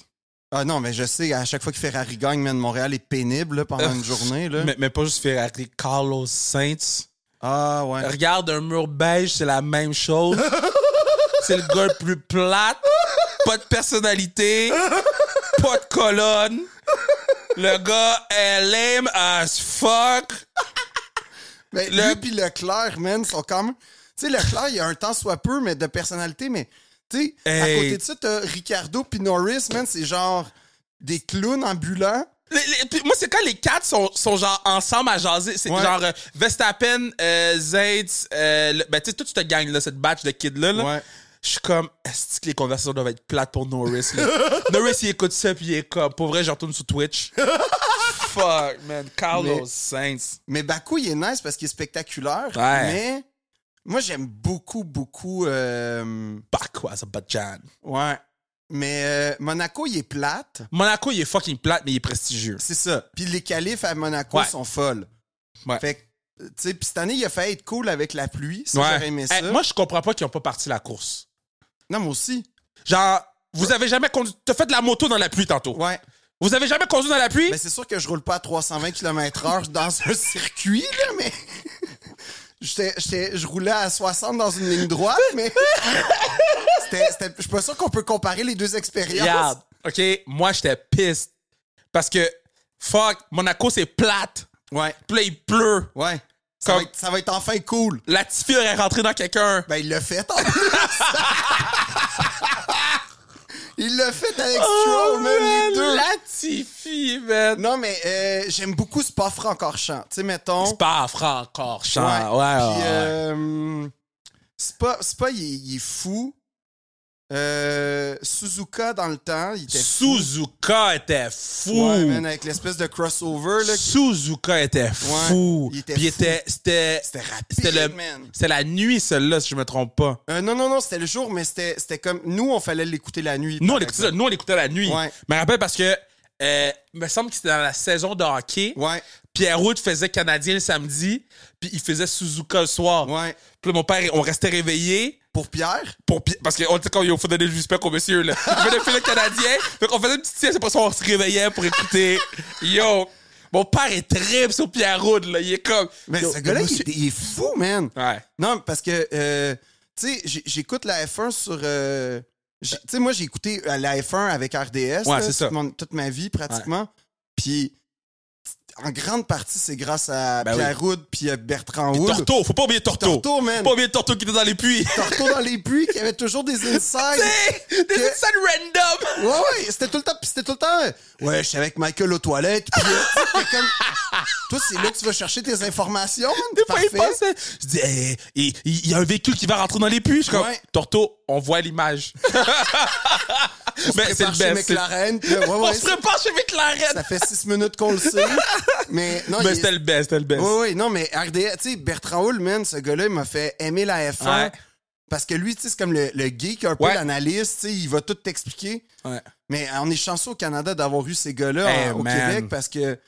Speaker 2: Ah non, mais je sais, à chaque fois que Ferrari gagne, man, Montréal est pénible là, pendant une journée. Là.
Speaker 3: Euh, Mais, mais pas juste Ferrari, Carlos Sainz.
Speaker 2: Ah ouais.
Speaker 3: Regarde un mur beige, c'est la même chose. c'est le gars le plus plate. Pas de personnalité. Pas de colonne. Le gars est lame as fuck.
Speaker 2: Mais
Speaker 3: Le-
Speaker 2: Ben, lui puis Leclerc, man, sont quand même... Tu sais, Leclerc, il a un temps soit peu, mais de personnalité, mais... Tu sais, à
Speaker 3: Hey.
Speaker 2: côté de ça, t'as Ricardo puis Norris, man, c'est genre des clowns ambulants.
Speaker 3: Les- les- puis moi, c'est quand les quatre sont, sont genre ensemble à jaser. C'est
Speaker 2: Ouais.
Speaker 3: genre euh, Verstappen, euh, Zaitz, euh, le- ben tu sais, toute cette gang-là, cette batch de kids-là. là.
Speaker 2: Ouais.
Speaker 3: Je suis comme, est-ce que les conversations doivent être plates pour Norris? là? Norris, il écoute ça, puis il est comme, pour vrai, je retourne sur Twitch. Fuck, man. Carlos
Speaker 2: Mais-
Speaker 3: Sainz.
Speaker 2: Mais Baku, il est nice parce qu'il est spectaculaire,
Speaker 3: Ouais.
Speaker 2: mais... Moi, j'aime beaucoup, beaucoup... euh,
Speaker 3: Baku, Azerbaïdjan.
Speaker 2: Ouais. Mais euh, Monaco, il est plate.
Speaker 3: Monaco, il est fucking plate, mais il est prestigieux.
Speaker 2: C'est ça. Puis les qualifs à Monaco
Speaker 3: Ouais.
Speaker 2: sont folles.
Speaker 3: Ouais.
Speaker 2: Fait que, euh, tu sais, puis cette année, il a fait être cool avec la pluie, si
Speaker 3: Ouais.
Speaker 2: j'aurais aimé ça.
Speaker 3: Hey, moi, je comprends pas qu'ils ont pas parti la course.
Speaker 2: Non, moi aussi.
Speaker 3: Genre, vous avez jamais conduit. T'as fait de la moto dans la pluie tantôt.
Speaker 2: Ouais.
Speaker 3: Vous avez jamais conduit dans la pluie?
Speaker 2: Mais c'est sûr que je roule pas à 320 km/h dans un circuit, là, mais. J'étais- j'étais- je roulais à 60 dans une ligne droite, mais. C'était- c'était- Je suis pas sûr qu'on peut comparer les deux expériences.
Speaker 3: Regarde. OK, moi, j'étais piste. Parce que, fuck, Monaco, c'est plate.
Speaker 2: Ouais.
Speaker 3: Puis là, il pleut.
Speaker 2: Ouais. Ça, va
Speaker 3: Comme-
Speaker 2: être, ça va être enfin cool.
Speaker 3: La Tifi est rentrée dans quelqu'un.
Speaker 2: Ben, il l'a fait, en plus. Il l'a fait avec
Speaker 3: Oh,
Speaker 2: Stroll, même les
Speaker 3: man,
Speaker 2: deux.
Speaker 3: Latifi, man.
Speaker 2: Non, mais euh, j'aime beaucoup Spa Francorchamps. Tu sais, mettons.
Speaker 3: C'est pas encore,
Speaker 2: Ouais. euh,
Speaker 3: Charles. Ah, Ouais, ouais,
Speaker 2: Puis,
Speaker 3: ouais.
Speaker 2: euh, Spa, Spa, il, est- il est fou. Euh, Suzuka, dans le temps, il était fou.
Speaker 3: Suzuka était fou.
Speaker 2: Ouais, man, avec l'espèce de crossover, là, qui-
Speaker 3: Suzuka était fou.
Speaker 2: il était
Speaker 3: Puis il
Speaker 2: fou.
Speaker 3: était, c'était,
Speaker 2: C'était rapide,
Speaker 3: c'était le-
Speaker 2: man.
Speaker 3: c'était la nuit, celle-là, si je me trompe pas.
Speaker 2: Euh, non, non, non, c'était le jour, mais c'était c'était comme... Nous, on fallait l'écouter la nuit.
Speaker 3: Nous, on
Speaker 2: par
Speaker 3: l'écoutait,
Speaker 2: exemple.
Speaker 3: nous, on l'écoutait la nuit.
Speaker 2: Ouais.
Speaker 3: Je me rappelle parce que, euh, il me semble que c'était dans la saison de hockey.
Speaker 2: Ouais,
Speaker 3: Pierre-Route faisait Canadien le samedi, puis il faisait Suzuka le soir.
Speaker 2: ouais.
Speaker 3: Puis là, mon père, on restait réveillés.
Speaker 2: Pour Pierre?
Speaker 3: Pour, Pi- parce qu'on était comme, il faut donner du respect au monsieur, là. Il venait filer le Canadien. Fait qu'on faisait une petite sieste, après ça, on se réveillait pour écouter. Yo, mon père est très sur Pierre-Route, là. Il est comme.
Speaker 2: Mais
Speaker 3: Yo,
Speaker 2: ce gars-là,
Speaker 3: le
Speaker 2: il,
Speaker 3: monsieur-
Speaker 2: est- il est fou, man.
Speaker 3: Ouais.
Speaker 2: Non, parce que, euh, tu sais, j'ai- j'écoute la F1 sur... euh, j'ai- tu sais, moi, j'ai écouté euh, la F1 avec RDS
Speaker 3: Ouais,
Speaker 2: là,
Speaker 3: c'est
Speaker 2: toute,
Speaker 3: ça.
Speaker 2: mon- toute ma vie, pratiquement. Puis, en grande partie, c'est grâce à
Speaker 3: Ben oui.
Speaker 2: Pierre Roud puis à Bertrand Houle.
Speaker 3: Torto, faut pas oublier Torto.
Speaker 2: Torto, man.
Speaker 3: Faut pas oublier Torto qui était dans les puits.
Speaker 2: Torto dans les puits, qui avait toujours des insides.
Speaker 3: Des instants random.
Speaker 2: Ouais, ouais, c'était tout le temps, pis c'était tout le temps. euh, Ouais, je suis avec Michael aux toilettes, pis euh, tu sais, t'es comme. Toi, c'est là que tu vas chercher tes informations, man.
Speaker 3: Des fois,
Speaker 2: Parfait.
Speaker 3: il passe. hein. Je dis, eh, il il y a un véhicule qui va rentrer dans les puits. Je suis comme,
Speaker 2: Ouais.
Speaker 3: Torto, on voit l'image. Mais Ben, c'est
Speaker 2: Prépare
Speaker 3: le
Speaker 2: chez
Speaker 3: best.
Speaker 2: McLaren, pis, euh, ouais,
Speaker 3: On
Speaker 2: ouais,
Speaker 3: se
Speaker 2: ça,
Speaker 3: prépare chez McLaren.
Speaker 2: ça fait six minutes qu'on le sait. Mais non, il-
Speaker 3: Mais Ben, c'était le best, c'était le best.
Speaker 2: Ouais, ouais, non, mais RDS, tu sais, Bertrand Hull, man, ce gars-là, il m'a fait aimer la F1.
Speaker 3: Ouais.
Speaker 2: Parce que lui, tu sais, c'est comme le, le geek, un peu
Speaker 3: Ouais.
Speaker 2: l'analyste, tu sais, il va tout t'expliquer.
Speaker 3: Ouais.
Speaker 2: Mais on est chanceux au Canada d'avoir eu ces gars-là
Speaker 3: Hey,
Speaker 2: en- au
Speaker 3: Eh, man.
Speaker 2: Québec parce que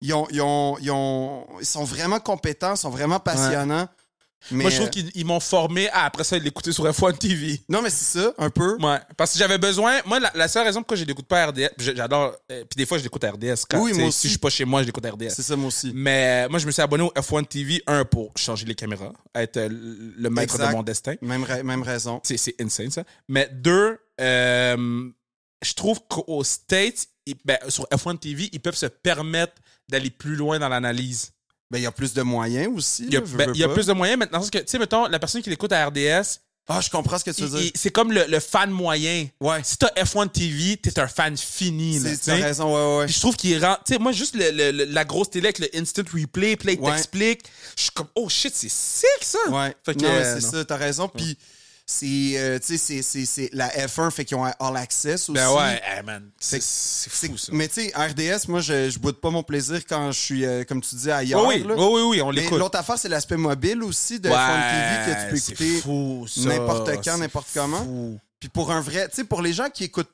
Speaker 2: ils, ont, ils, ont- ils ont- ils sont vraiment compétents, sont vraiment passionnants. Mais, euh,
Speaker 3: Moi, je trouve qu'ils ils m'ont formé à, après ça, l'écouter sur F1 TV.
Speaker 2: Non, mais c'est ça, un peu.
Speaker 3: Ouais. Parce que j'avais besoin. Moi, la, la seule raison pourquoi je l'écoute pas à RDS, je- j'adore. euh, Puis des fois, je l'écoute à RDS. Quand,
Speaker 2: Oui,
Speaker 3: tu
Speaker 2: moi
Speaker 3: sais,
Speaker 2: aussi.
Speaker 3: Si je suis pas chez moi, je l'écoute à RDS.
Speaker 2: C'est ça, moi aussi.
Speaker 3: Mais euh, moi, je me suis abonné au F1 TV, un, pour changer les caméras, être euh, le maître
Speaker 2: Exact.
Speaker 3: de mon destin.
Speaker 2: Même, ra- même raison.
Speaker 3: C'est, c'est insane, ça. Mais deux, euh, je trouve qu'aux States, ils- ben, sur F1 TV, ils peuvent se permettre d'aller plus loin dans l'analyse.
Speaker 2: Ben, il y a plus de moyens aussi.
Speaker 3: Il y a,
Speaker 2: là, je
Speaker 3: ben,
Speaker 2: veux
Speaker 3: il y a
Speaker 2: pas.
Speaker 3: plus de moyens maintenant. Parce que, tu sais, mettons, la personne qui l'écoute à RDS,
Speaker 2: Ah, je comprends ce que tu
Speaker 3: il-
Speaker 2: veux dire.
Speaker 3: il- c'est comme le, le fan moyen.
Speaker 2: Ouais.
Speaker 3: Si t'as F1 TV, t'es un fan fini. Là,
Speaker 2: C'est-
Speaker 3: tu
Speaker 2: T'as
Speaker 3: sais.
Speaker 2: raison, ouais, ouais,
Speaker 3: Puis
Speaker 2: ouais.
Speaker 3: je trouve qu'il rend. Tu sais, moi, juste le- le- le- la grosse télé avec le instant replay, puis là, il
Speaker 2: Ouais.
Speaker 3: t'explique. Je suis comme, oh shit, c'est sick ça!
Speaker 2: Ouais.
Speaker 3: Fait que,
Speaker 2: non, mais
Speaker 3: euh,
Speaker 2: c'est
Speaker 3: non.
Speaker 2: ça, t'as raison. Puis, c'est, euh, tu sais, c'est- c'est- c'est la F1, fait qu'ils ont un All Access aussi.
Speaker 3: Ben ouais, hey, man. C'est,
Speaker 2: C'est-
Speaker 3: c'est fou ça.
Speaker 2: Mais tu sais, RDS, moi, je, je boude pas mon plaisir quand je suis, euh, comme tu dis, ailleurs.
Speaker 3: Oh oui,
Speaker 2: là.
Speaker 3: oh oui, oui, on
Speaker 2: Mais
Speaker 3: l'écoute.
Speaker 2: l'autre affaire, c'est l'aspect mobile aussi de
Speaker 3: Ouais,
Speaker 2: F1 TV que tu peux
Speaker 3: c'est
Speaker 2: écouter.
Speaker 3: fou, ça.
Speaker 2: n'importe quand,
Speaker 3: C'est
Speaker 2: n'importe comment.
Speaker 3: fou.
Speaker 2: Puis pour un vrai, tu sais, pour les gens qui écoutent,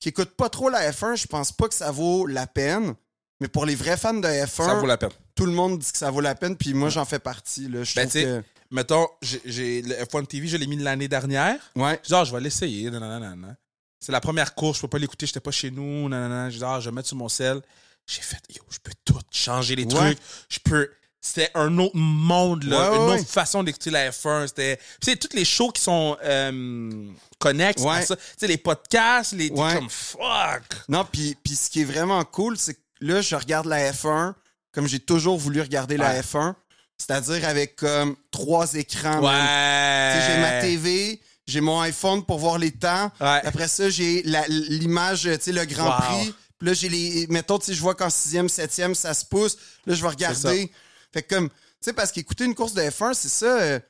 Speaker 2: qui écoutent pas trop la F1, je pense pas que ça vaut la peine. Mais pour les vrais fans de F1,
Speaker 3: Ça vaut la peine.
Speaker 2: tout le monde dit que ça vaut la peine. Puis moi, j'en fais partie. Là. Je
Speaker 3: Ben,
Speaker 2: trouve
Speaker 3: tu sais,
Speaker 2: que-
Speaker 3: mettons, j'ai- j'ai le F1 TV, je l'ai mis l'année dernière.
Speaker 2: Ouais.
Speaker 3: Je dis, ah, je vais l'essayer. nanana, nanana. C'est la première course, je peux pas l'écouter, j'étais pas chez nous. nanana. Je dis, ah, je vais mettre sur mon sel. J'ai fait, yo, je peux tout changer les
Speaker 2: Ouais.
Speaker 3: trucs. Je peux. C'était un autre monde, là,
Speaker 2: Ouais, ouais,
Speaker 3: une
Speaker 2: ouais.
Speaker 3: autre façon d'écouter la F1. C'était. Puis, tu sais, toutes les shows qui sont euh, connexes à
Speaker 2: Ouais.
Speaker 3: ça. Tu sais, les podcasts, les. t'es
Speaker 2: Ouais.
Speaker 3: comme fuck!
Speaker 2: Non, puis, puis ce qui est vraiment cool, c'est que là, je regarde la F1 comme j'ai toujours voulu regarder la
Speaker 3: Ouais.
Speaker 2: F1. C'est-à-dire avec comme trois écrans. man. Tu
Speaker 3: Ouais!
Speaker 2: sais, J'ai ma TV, j'ai mon iPhone pour voir les temps.
Speaker 3: Ouais.
Speaker 2: Après ça, j'ai la- l'image, tu sais, le Grand
Speaker 3: Wow.
Speaker 2: Prix. Puis là, j'ai les. Mettons, tu sais, je vois qu'en sixième, septième, ça se pousse. Là, je vais regarder. Fait que comme. Tu sais, parce qu'écouter une course de F1, c'est ça. euh,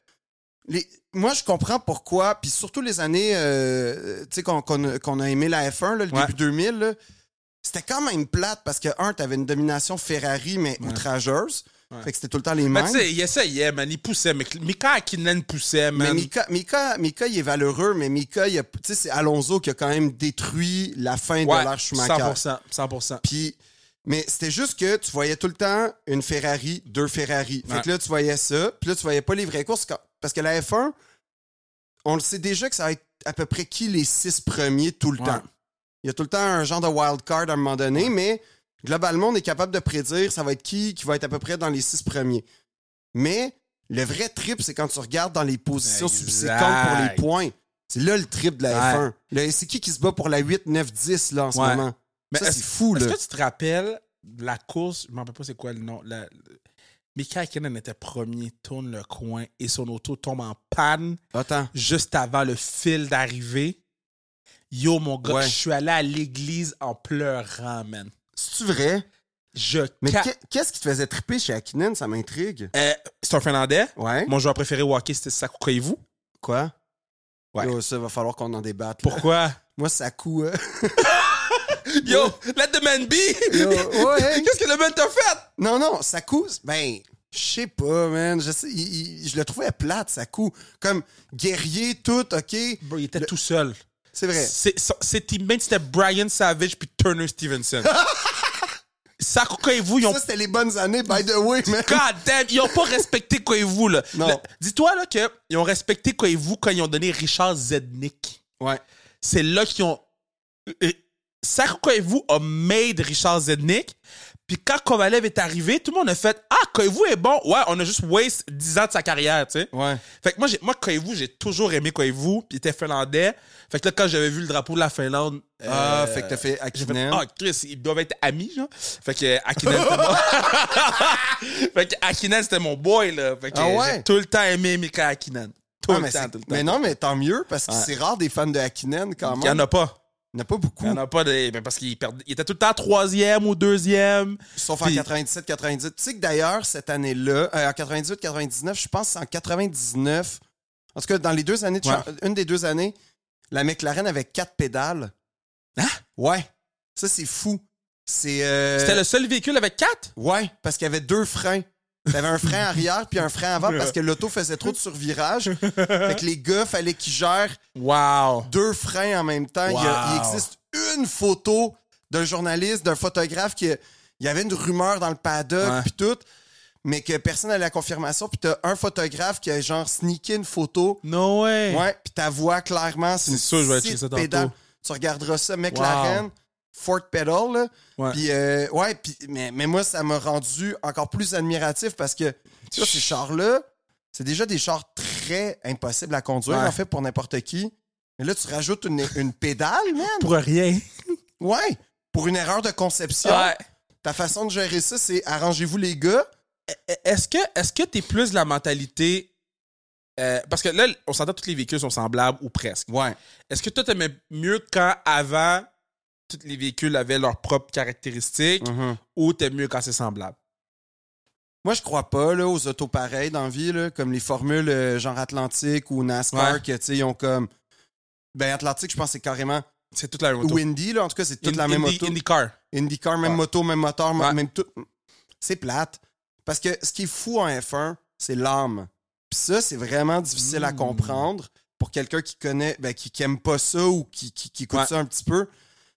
Speaker 2: les- moi, je comprends pourquoi. Puis surtout les années, euh, tu sais, qu'on qu'on a- qu'on a aimé la F1, là, le
Speaker 3: Ouais.
Speaker 2: début 2000, là, c'était quand même plate parce que, un, t'avais une domination Ferrari, mais outrageuse. Fait que c'était tout le temps les mêmes.
Speaker 3: Mais tu sais, il essayait, man. Il poussait. Mc- Mika Hakkinen poussait,
Speaker 2: Mais
Speaker 3: man.
Speaker 2: Mika, Mika, Mika, il est valeureux, mais Mika, il a- tu sais, c'est Alonso qui a quand même détruit la fin
Speaker 3: Ouais,
Speaker 2: de l'ère Schumacher.
Speaker 3: 100%. 100%.
Speaker 2: Puis, mais c'était juste que tu voyais tout le temps une Ferrari, deux Ferrari. Fait
Speaker 3: Ouais.
Speaker 2: que là, tu voyais ça, puis là, tu voyais pas les vraies courses. quand- Parce que la F1, on le sait déjà que ça va être à peu près qui les six premiers tout le
Speaker 3: Ouais.
Speaker 2: temps. Il y a tout le temps un genre de wild card à un moment donné, mais globalement, on est capable de prédire ça va être qui qui va être à peu près dans les six premiers. Mais le vrai trip, c'est quand tu regardes dans les positions
Speaker 3: Exact.
Speaker 2: subséquentes pour les points. C'est là le trip de la
Speaker 3: Ouais.
Speaker 2: F1. Le- C'est qui qui se bat pour la 8, 9, 10 là, en ce
Speaker 3: Ouais.
Speaker 2: moment?
Speaker 3: Mais
Speaker 2: ça,
Speaker 3: est-ce-
Speaker 2: c'est fou,
Speaker 3: Est-ce
Speaker 2: là.
Speaker 3: que tu te rappelles de la course? Je m'en rappelle pas c'est quoi le nom. La... le- Mika Hakkinen était premier, tourne le coin et son auto tombe en panne
Speaker 2: Attends.
Speaker 3: juste avant le fil d'arrivée. Yo, mon gars,
Speaker 2: Ouais.
Speaker 3: je suis allé à l'église en pleurant, man.
Speaker 2: C'est-tu vrai?
Speaker 3: Je
Speaker 2: Mais
Speaker 3: ca-
Speaker 2: qu'est- qu'est-ce qui te faisait triper chez Akinen? Ça m'intrigue.
Speaker 3: Euh, C'est un Finlandais.
Speaker 2: Ouais.
Speaker 3: Mon joueur préféré au hockey, c'était Saku Koivu.
Speaker 2: Quoi?
Speaker 3: Ouais.
Speaker 2: Yo, ça va falloir qu'on en débatte. là.
Speaker 3: Pourquoi?
Speaker 2: Moi, euh. ça coûte.
Speaker 3: Yo, let the man be!
Speaker 2: Yo, ouais.
Speaker 3: Qu'est-ce que le man t'a fait?
Speaker 2: Non, non, Sakou, ben, je sais pas, man. Je, sais, il- il- je le trouvais plate, Sakou. Comme guerrier, tout, OK?
Speaker 3: Bro, il était
Speaker 2: Le-
Speaker 3: tout seul.
Speaker 2: C'est vrai.
Speaker 3: C'est- son- Ses teammates, c'était Brian Savage puis Turner Stevenson. Sako Koivu, ils ont...
Speaker 2: Ça, c'était les bonnes années, by the way, man.
Speaker 3: God damn, ils ont pas respecté Koivu, là.
Speaker 2: Non.
Speaker 3: Le- Dis-toi, là, qu'ils ont respecté Koivu quand ils ont donné Richard Zednik.
Speaker 2: Ouais.
Speaker 3: C'est là qu'ils ont... euh, Sako Koivu a made Richard Zednik. Puis quand Kovalev est arrivé, tout le monde a fait « Ah, Koivu est bon! » Ouais, on a juste waste 10 ans de sa carrière, tu sais.
Speaker 2: Ouais.
Speaker 3: Fait que moi, j'ai, moi, Koivu, j'ai toujours aimé Koivu, puis il était finlandais. Fait que là, quand j'avais vu le drapeau de la Finlande.
Speaker 2: Ah,
Speaker 3: euh,
Speaker 2: fait que t'as fait
Speaker 3: j'ai fait,
Speaker 2: Akinen.
Speaker 3: ah, Chris, ils doivent être amis, genre. Fait que euh, Akinen, c'était mon... Fait que Akinen, c'était mon boy, là. Fait que
Speaker 2: Ah ouais?
Speaker 3: j'ai tout le temps aimé Mika Akinen. Tout
Speaker 2: Ah,
Speaker 3: le
Speaker 2: mais,
Speaker 3: temps,
Speaker 2: c'est-
Speaker 3: tout le temps.
Speaker 2: mais non, mais tant mieux, parce que
Speaker 3: Ouais.
Speaker 2: c'est rare des fans de Akinen quand même.
Speaker 3: Il y en a pas.
Speaker 2: Il n'y en a pas beaucoup.
Speaker 3: Il y en a pas de- ben, parce qu'il perd... il était tout le temps troisième ou deuxième.
Speaker 2: Sauf en
Speaker 3: Puis-
Speaker 2: 97-98. Tu sais que d'ailleurs, cette année-là, euh, en 98-99, je pense que c'est en 99. En tout cas, dans les deux années, de
Speaker 3: Ouais.
Speaker 2: cha- une des deux années, la McLaren avait quatre pédales.
Speaker 3: Hein?
Speaker 2: Ouais. Ça, c'est fou. C'est. euh,
Speaker 3: C'était le seul véhicule avec quatre?
Speaker 2: Ouais, parce qu'il y avait deux freins. T'avais un frein arrière puis un frein avant parce que l'auto faisait trop de survirage. Fait que les gars, fallait qu'ils gèrent
Speaker 3: Wow.
Speaker 2: deux freins en même temps. Il, y a- il
Speaker 3: Wow.
Speaker 2: existe une photo d'un journaliste, d'un photographe qui. Il y avait une rumeur dans le
Speaker 3: Ouais.
Speaker 2: paddock puis tout, mais que personne n'allait à la confirmation. Puis t'as un photographe qui a genre sneaké une photo.
Speaker 3: No way.
Speaker 2: Ouais, puis ta voix clairement, c'est
Speaker 3: C'est
Speaker 2: une
Speaker 3: sûr, je vais aller checker
Speaker 2: petite
Speaker 3: ça tantôt.
Speaker 2: pédale. Tu regarderas ça, McLaren, Ford Pedal, là.
Speaker 3: Ouais.
Speaker 2: Puis, euh, ouais, puis, mais, mais moi, ça m'a rendu encore plus admiratif parce que, tu vois, ces chars-là, c'est déjà des chars très impossibles à conduire,
Speaker 3: Ouais.
Speaker 2: en fait, pour n'importe qui. Mais là, tu rajoutes une, une pédale, man.
Speaker 3: Pour rien.
Speaker 2: Ouais, pour une erreur de conception.
Speaker 3: Ouais.
Speaker 2: Ta façon de gérer ça, c'est arrangez-vous, les gars.
Speaker 3: Est-ce que est-ce que t'es plus de la mentalité euh, parce que là, on s'entend tous les véhicules sont semblables ou presque.
Speaker 2: Ouais.
Speaker 3: Est-ce que toi t'aimais mieux quand avant tous les véhicules avaient leurs propres caractéristiques ou t'aimes mieux quand c'est semblable?
Speaker 2: Moi, je crois pas là, aux autos pareilles dans la vie, là, comme les formules euh, genre Atlantique ou NASCAR,
Speaker 3: Ouais.
Speaker 2: que, tu sais, ils ont comme. Ben, Atlantique, je pense que c'est carrément
Speaker 3: C'est toute la même auto.
Speaker 2: Windy, là. En tout cas, c'est toute
Speaker 3: In-
Speaker 2: la même
Speaker 3: Indy-
Speaker 2: auto.
Speaker 3: IndyCar.
Speaker 2: IndyCar, même
Speaker 3: Ouais.
Speaker 2: moto, même moteur,
Speaker 3: Ouais.
Speaker 2: même tout. C'est plate. Parce que ce qui est fou en F1, c'est l'âme. Puis ça, c'est vraiment difficile à
Speaker 3: Mm.
Speaker 2: comprendre pour quelqu'un qui connaît, ben, qui n'aime pas ça ou qui, qui, qui écoute
Speaker 3: Ouais.
Speaker 2: ça un petit peu.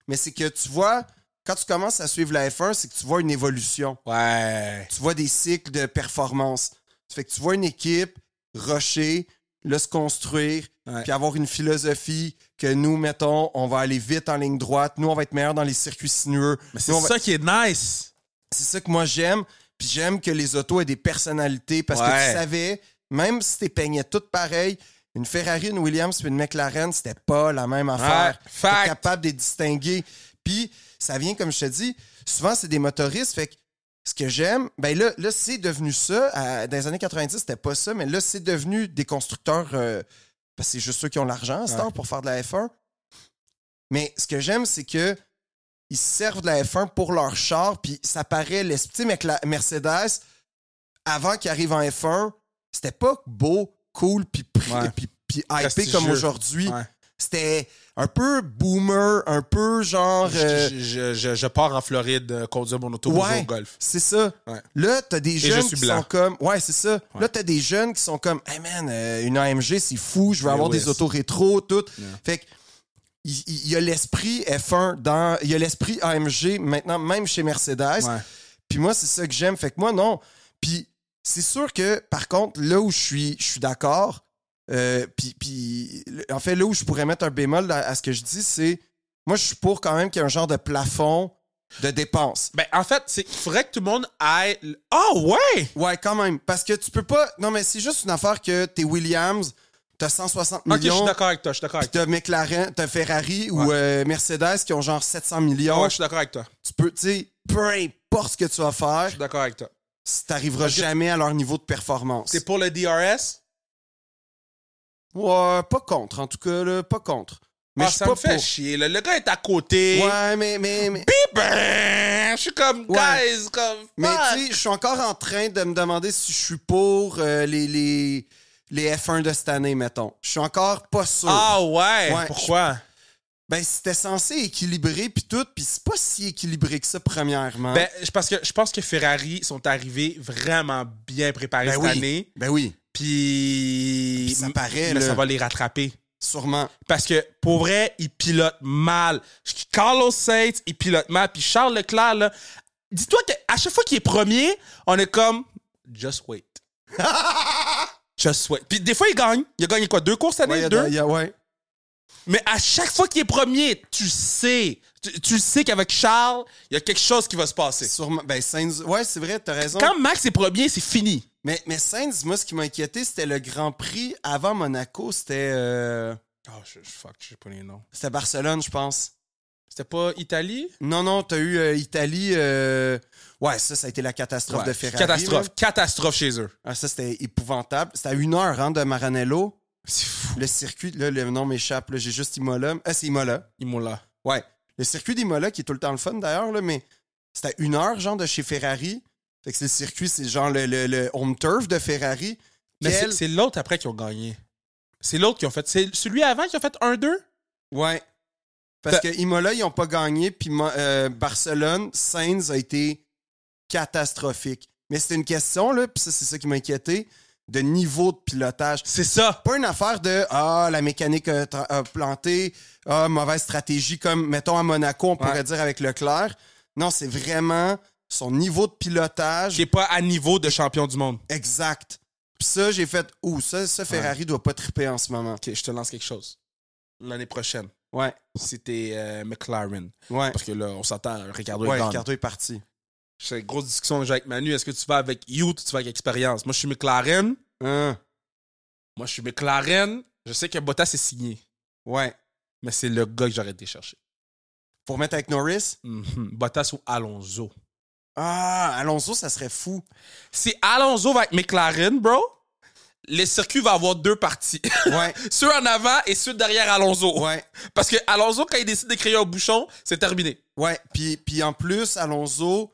Speaker 2: Mais c'est que tu vois, quand tu commences à suivre la F1, c'est que tu vois une évolution.
Speaker 3: Ouais.
Speaker 2: Tu vois des cycles de performance. Ça fait que tu vois une équipe rocher, là, se construire,
Speaker 3: Ouais.
Speaker 2: puis avoir une philosophie que nous, mettons, on va aller vite en ligne droite, nous, on va être meilleur dans les circuits sinueux.
Speaker 3: Mais c'est
Speaker 2: Nous, on va-
Speaker 3: ça qui est nice.
Speaker 2: c'est ça que moi j'aime. Puis j'aime que les autos aient des personnalités parce que
Speaker 3: Ouais.
Speaker 2: tu savais, même si t'es peigné toutes pareilles, une Ferrari, une Williams puis une McLaren, c'était pas la même affaire.
Speaker 3: Ouais,
Speaker 2: T'es
Speaker 3: fact.
Speaker 2: capable de les distinguer. Puis ça vient, comme je te dis, souvent c'est des motoristes. Fait que ce que j'aime, ben là, là c'est devenu ça. À- dans les années 90, c'était pas ça, mais là, c'est devenu des constructeurs. euh, parce que c'est juste ceux qui ont l'argent à ce
Speaker 3: Ouais.
Speaker 2: temps pour faire de la F1. Mais ce que j'aime, c'est que ils servent de la F1 pour leur char, puis ça paraît les petits mec la Mercedes avant qu'ils arrivent en F1, c'était pas beau, cool, puis pri-
Speaker 3: Ouais.
Speaker 2: puis puis hypé
Speaker 3: Prestigieux.
Speaker 2: comme aujourd'hui.
Speaker 3: Ouais.
Speaker 2: C'était un peu boomer, un peu genre euh,
Speaker 3: Je, je- je- je pars en Floride euh, conduire mon auto pour
Speaker 2: Ouais.
Speaker 3: jouer au golf.
Speaker 2: c'est ça.
Speaker 3: Ouais.
Speaker 2: Là, t'as des jeunes
Speaker 3: je suis
Speaker 2: qui
Speaker 3: blanc.
Speaker 2: sont comme. Ouais, c'est ça.
Speaker 3: Ouais.
Speaker 2: Là, t'as des jeunes qui sont comme Hey man, euh, une AMG, c'est fou, je veux
Speaker 3: Mais
Speaker 2: avoir
Speaker 3: Eh oui,
Speaker 2: des
Speaker 3: c'est-
Speaker 2: autos rétro, tout.
Speaker 3: Yeah.
Speaker 2: Fait que. Il il y, a l'esprit F1 dans. Il y a l'esprit AMG maintenant, même chez Mercedes.
Speaker 3: Ouais.
Speaker 2: Puis moi, c'est ça que j'aime. Fait que moi, non. Puis c'est sûr que, par contre, là où je suis, je suis d'accord, euh, puis, puis le- en fait, là où je pourrais mettre un bémol à, à ce que je dis, c'est moi, je suis pour quand même qu'il y ait un genre de plafond de dépenses.
Speaker 3: Ben, en fait, c'est il faudrait que tout le monde aille. Ah ouais!
Speaker 2: Ouais, quand même. Parce que tu peux pas. Non, mais c'est juste une affaire que t'es Williams, t'as 160
Speaker 3: Ok, je suis
Speaker 2: millions,
Speaker 3: d'accord avec toi. Je suis d'accord
Speaker 2: puis
Speaker 3: avec toi.
Speaker 2: t'as McLaren, t'as Ferrari ou
Speaker 3: Ouais.
Speaker 2: euh, Mercedes qui ont genre 700 millions.
Speaker 3: Ouais, je suis d'accord avec toi.
Speaker 2: Tu peux, tu sais, peu importe ce que tu vas
Speaker 3: Je
Speaker 2: faire,
Speaker 3: suis d'accord avec toi.
Speaker 2: t'arriveras jamais à leur niveau de performance.
Speaker 3: C'est pour le DRS?
Speaker 2: Ouais, pas contre, en tout cas, là, pas contre. Mais
Speaker 3: Ah,
Speaker 2: je suis
Speaker 3: ça
Speaker 2: pas
Speaker 3: me fait
Speaker 2: pour.
Speaker 3: chier. là. Le gars est à côté.
Speaker 2: Ouais, mais, mais, mais,
Speaker 3: Puis, ben, je suis comme,
Speaker 2: Ouais.
Speaker 3: guys, comme.
Speaker 2: mais
Speaker 3: fuck.
Speaker 2: tu sais, je suis encore en train de me demander si je suis pour euh, les, les, les F1 de cette année, mettons. Je suis encore pas sûr.
Speaker 3: Ah ouais,
Speaker 2: Ouais.
Speaker 3: pourquoi?
Speaker 2: Ben, c'était censé équilibrer puis tout, puis c'est pas si équilibré que ça, premièrement.
Speaker 3: Ben, je pense que je pense que Ferrari sont arrivés vraiment bien préparés
Speaker 2: Ben
Speaker 3: cette
Speaker 2: oui.
Speaker 3: année.
Speaker 2: Ben oui,
Speaker 3: Puis
Speaker 2: Puis ça paraît,
Speaker 3: mais
Speaker 2: là.
Speaker 3: ça va les rattraper.
Speaker 2: sûrement.
Speaker 3: Parce que pour vrai, ils pilotent mal. Carlos Sainz, il pilote mal. Puis Charles Leclerc, là, dis-toi qu'à chaque fois qu'il est premier, on est comme just wait. just wait. Puis des fois, il gagne. Il a gagné quoi Deux courses cette année
Speaker 2: Ouais, il y a-
Speaker 3: Deux
Speaker 2: il y a- ouais.
Speaker 3: Mais à chaque fois qu'il est premier, tu sais. Tu, tu sais qu'avec Charles, il y a quelque chose qui va se passer.
Speaker 2: Sûrement. Ben, Sainz. Ouais, c'est vrai, t'as raison.
Speaker 3: Quand Max est premier, c'est fini.
Speaker 2: Mais, mais Sainz, moi, ce qui m'inquiétait, c'était le Grand Prix avant Monaco. C'était euh,
Speaker 3: Oh, je, je- fuck, je sais pas les noms.
Speaker 2: c'était Barcelone, je pense.
Speaker 3: C'était pas Italie
Speaker 2: Non, non, t'as eu euh, Italie. euh, Ouais, ça, ça a été la catastrophe
Speaker 3: Ouais.
Speaker 2: de Ferrari.
Speaker 3: Catastrophe.
Speaker 2: là.
Speaker 3: Catastrophe chez eux.
Speaker 2: Ah, ça, c'était épouvantable. C'était à une heure hein, de Maranello.
Speaker 3: C'est fou.
Speaker 2: Le circuit, là, le nom m'échappe. là, J'ai juste Imola. Ah, c'est Imola.
Speaker 3: Ils m'ont là.
Speaker 2: Ouais. Le circuit d'Imola, qui est tout le temps le fun d'ailleurs, là, mais c'était à une heure, genre, de chez Ferrari. Fait que c'est le circuit, c'est genre le, le- le home turf de Ferrari.
Speaker 3: Mais c'est-
Speaker 2: Quel-
Speaker 3: c'est l'autre après qui ont gagné. C'est l'autre qui ont fait. C'est celui avant qui a fait 1-2?
Speaker 2: Ouais. Parce
Speaker 3: T'as-
Speaker 2: que Imola, ils n'ont pas gagné, puis Mo- euh, Barcelone, Sainz a été catastrophique. Mais c'est une question, là, puis ça, c'est ça qui m'inquiétait, de niveau de pilotage.
Speaker 3: C'est ça.
Speaker 2: Pas une affaire de Ah, la mécanique a, tra- a planté, ah, mauvaise stratégie, comme mettons à Monaco, on pourrait dire avec Leclerc. Non, c'est vraiment son niveau de pilotage
Speaker 3: Qui est pas à niveau de champion du monde.
Speaker 2: exact. Puis ça, j'ai fait Ouh, ça, ça Ferrari doit pas triper en ce moment.
Speaker 3: Ok, je te lance quelque chose. L'année prochaine,
Speaker 2: Ouais,
Speaker 3: c'était euh, McLaren.
Speaker 2: ouais.
Speaker 3: Parce que là, on s'attend, Ricardo
Speaker 2: Ouais,
Speaker 3: est gone.
Speaker 2: Ricardo est parti.
Speaker 3: C'est une grosse discussion déjà avec Manu. Est-ce que tu vas avec You ou tu vas avec Expérience? Moi, je suis McLaren.
Speaker 2: Hein,
Speaker 3: Moi, je suis McLaren. Je sais que Bottas est signé.
Speaker 2: Ouais.
Speaker 3: Mais c'est le gars que j'aurais été chercher.
Speaker 2: Pour mettre avec Norris?
Speaker 3: Mhm. Bottas ou Alonso.
Speaker 2: Ah, Alonso, ça serait fou.
Speaker 3: Si Alonso va avec McLaren, bro, le circuit va avoir deux parties.
Speaker 2: Ouais,
Speaker 3: ceux en avant et ceux derrière Alonso.
Speaker 2: ouais,
Speaker 3: Parce que Alonso, quand il décide de créer un bouchon, c'est terminé.
Speaker 2: ouais. Puis, puis en plus, Alonso,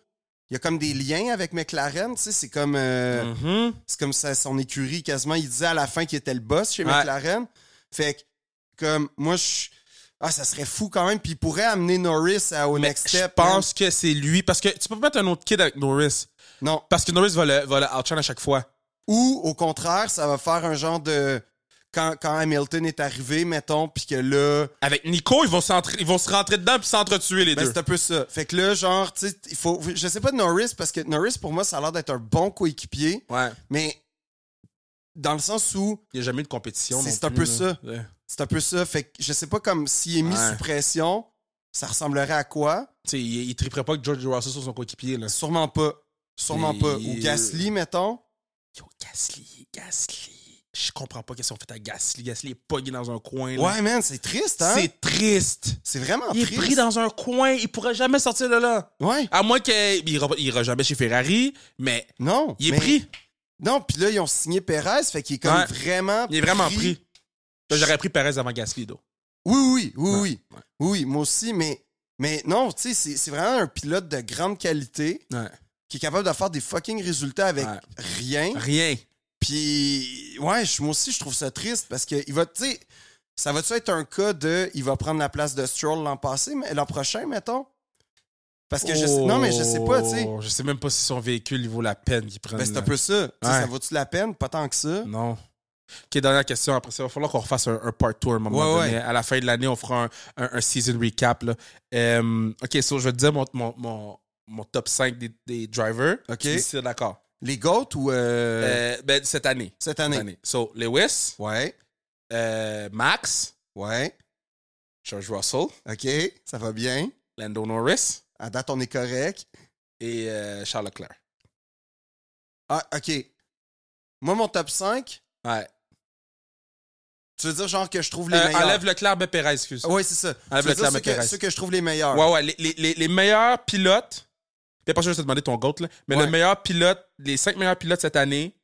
Speaker 2: il y a comme des liens avec McLaren, tu sais, c'est comme, euh,
Speaker 3: Mm-hmm.
Speaker 2: c'est comme ça, son écurie quasiment. Il disait à la fin qu'il était le boss chez
Speaker 3: Ouais.
Speaker 2: McLaren. Fait que, comme, moi, je. Ah, ça serait fou quand même. Puis il pourrait amener Norris à, au
Speaker 3: Mais
Speaker 2: next
Speaker 3: je
Speaker 2: step. hein.
Speaker 3: pense que c'est lui. Parce que tu peux pas mettre un autre kid avec Norris.
Speaker 2: man. Non.
Speaker 3: Parce que Norris va le, va le outshine à chaque fois.
Speaker 2: Ou, au contraire, ça va faire un genre de. Quand, quand Hamilton est arrivé, mettons, puis que là.
Speaker 3: Avec Nico, ils vont, s'entrer- ils vont se rentrer dedans puis s'entretuer les
Speaker 2: Ben,
Speaker 3: deux.
Speaker 2: c'est un peu ça. Fait que là, genre, tu sais, il faut. Je sais pas de Norris, parce que Norris, pour moi, ça a l'air d'être un bon coéquipier,
Speaker 3: Ouais.
Speaker 2: mais dans le sens où
Speaker 3: Il n'y a jamais eu de compétition.
Speaker 2: C'est-
Speaker 3: non
Speaker 2: c'est un
Speaker 3: plus,
Speaker 2: peu
Speaker 3: là.
Speaker 2: ça.
Speaker 3: Ouais.
Speaker 2: c'est un peu ça. Fait que je sais pas comme s'il est mis
Speaker 3: Ouais.
Speaker 2: sous pression, ça ressemblerait à quoi?
Speaker 3: Tu sais, il, il triperait pas que George Russell sur son coéquipier. là.
Speaker 2: Sûrement pas. Sûrement
Speaker 3: Mais-
Speaker 2: pas. Ou Gasly, mettons.
Speaker 3: Yo, Gasly, Gasly. Je comprends pas qu'est-ce qu'on fait à Gasly. Gasly est pogné dans un coin. là.
Speaker 2: Ouais, man, c'est triste, hein?
Speaker 3: C'est triste.
Speaker 2: C'est vraiment
Speaker 3: Il est
Speaker 2: triste.
Speaker 3: pris dans un coin. Il pourrait jamais sortir de là.
Speaker 2: Ouais.
Speaker 3: À moins qu'il ira, il ira jamais chez Ferrari, mais
Speaker 2: Non.
Speaker 3: il est
Speaker 2: mais-
Speaker 3: pris.
Speaker 2: Non, puis là, ils ont signé Perez, fait qu'il est comme
Speaker 3: Ouais.
Speaker 2: vraiment.
Speaker 3: Il est vraiment pris. Là, J'aurais pris Perez avant Gasly, though.
Speaker 2: Oui, oui, oui, oui.
Speaker 3: Ouais, ouais.
Speaker 2: Oui, oui, moi aussi, mais, mais non, tu sais, c'est- c'est vraiment un pilote de grande qualité qui est capable de faire des fucking résultats avec
Speaker 3: Ouais.
Speaker 2: rien.
Speaker 3: Rien.
Speaker 2: Puis, ouais, je- moi aussi, je trouve ça triste parce que il va, tu sais, ça va-tu être un cas de il va prendre la place de Stroll l'an passé, mais l'an prochain, mettons? Parce que je sais, non, mais je sais pas, tu sais.
Speaker 3: Oh, Je sais même pas si son véhicule il vaut la peine qu'il prenne.
Speaker 2: Ben, c'est un
Speaker 3: là.
Speaker 2: peu ça. Tu sais,
Speaker 3: Ouais.
Speaker 2: Ça vaut-tu la peine? Pas tant que ça.
Speaker 3: Non. Ok, dernière question. Après ça, il va falloir qu'on refasse un, un part tour à un moment
Speaker 2: Ouais,
Speaker 3: donné.
Speaker 2: ouais.
Speaker 3: À la fin de l'année, on fera un, un- un season recap. Là. Euh, ok, so, je vais te dire mon, mon, mon, mon top 5 des, des drivers.
Speaker 2: Ok.
Speaker 3: Tu me dis si t'es d'accord.
Speaker 2: Les GOAT ou euh,
Speaker 3: Euh, ben, cette année.
Speaker 2: cette année?
Speaker 3: Cette année. So, Lewis,
Speaker 2: Ouais,
Speaker 3: euh, Max,
Speaker 2: ouais,
Speaker 3: George Russell,
Speaker 2: OK, ça va bien.
Speaker 3: Lando Norris
Speaker 2: À date, on est correct.
Speaker 3: et euh, Charles Leclerc.
Speaker 2: Ah, OK. Moi, mon top 5,
Speaker 3: Ouais.
Speaker 2: tu veux dire genre que je trouve les
Speaker 3: Euh,
Speaker 2: meilleurs?
Speaker 3: enlève Leclerc, mais Perez, excuse.
Speaker 2: Oui, c'est ça.
Speaker 3: Enlève
Speaker 2: Tu veux
Speaker 3: le
Speaker 2: dire
Speaker 3: clam
Speaker 2: ceux
Speaker 3: et Perez.
Speaker 2: que, ceux que je trouve les meilleurs.
Speaker 3: Ouais, ouais, les, les, les, les meilleurs pilotes. Puis après, je vais te demander ton GOAT, là. Mais
Speaker 2: Ouais.
Speaker 3: le meilleur pilote, les cinq meilleurs pilotes cette année,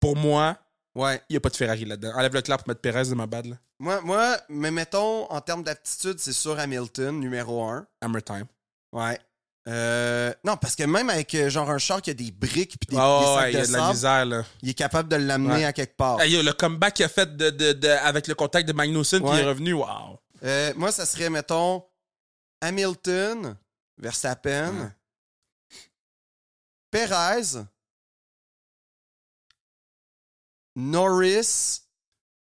Speaker 3: pour moi,
Speaker 2: Ouais.
Speaker 3: il n'y a pas de Ferrari là-dedans. Enlève Leclerc pour mettre Perez de ma bad, là.
Speaker 2: Moi, moi, mais mettons, en termes d'aptitude, c'est sûr Hamilton, numéro 1.
Speaker 3: Hammer time.
Speaker 2: Ouais. Euh, non, parce que même avec euh, genre un char qui a des briques puis des,
Speaker 3: Ah
Speaker 2: des Oh.
Speaker 3: ouais,
Speaker 2: sacs
Speaker 3: ouais, il y
Speaker 2: de
Speaker 3: a de la
Speaker 2: sable,
Speaker 3: misère, là.
Speaker 2: il est capable de l'amener
Speaker 3: Ouais.
Speaker 2: à quelque part.
Speaker 3: Hey, yo, le comeback qu'il a fait de, de- de- avec le contact de Magnussen qui
Speaker 2: Ouais.
Speaker 3: est revenu, wow.
Speaker 2: Euh, moi, ça serait, mettons, Hamilton, Verstappen,
Speaker 3: Ouais.
Speaker 2: Perez, Norris,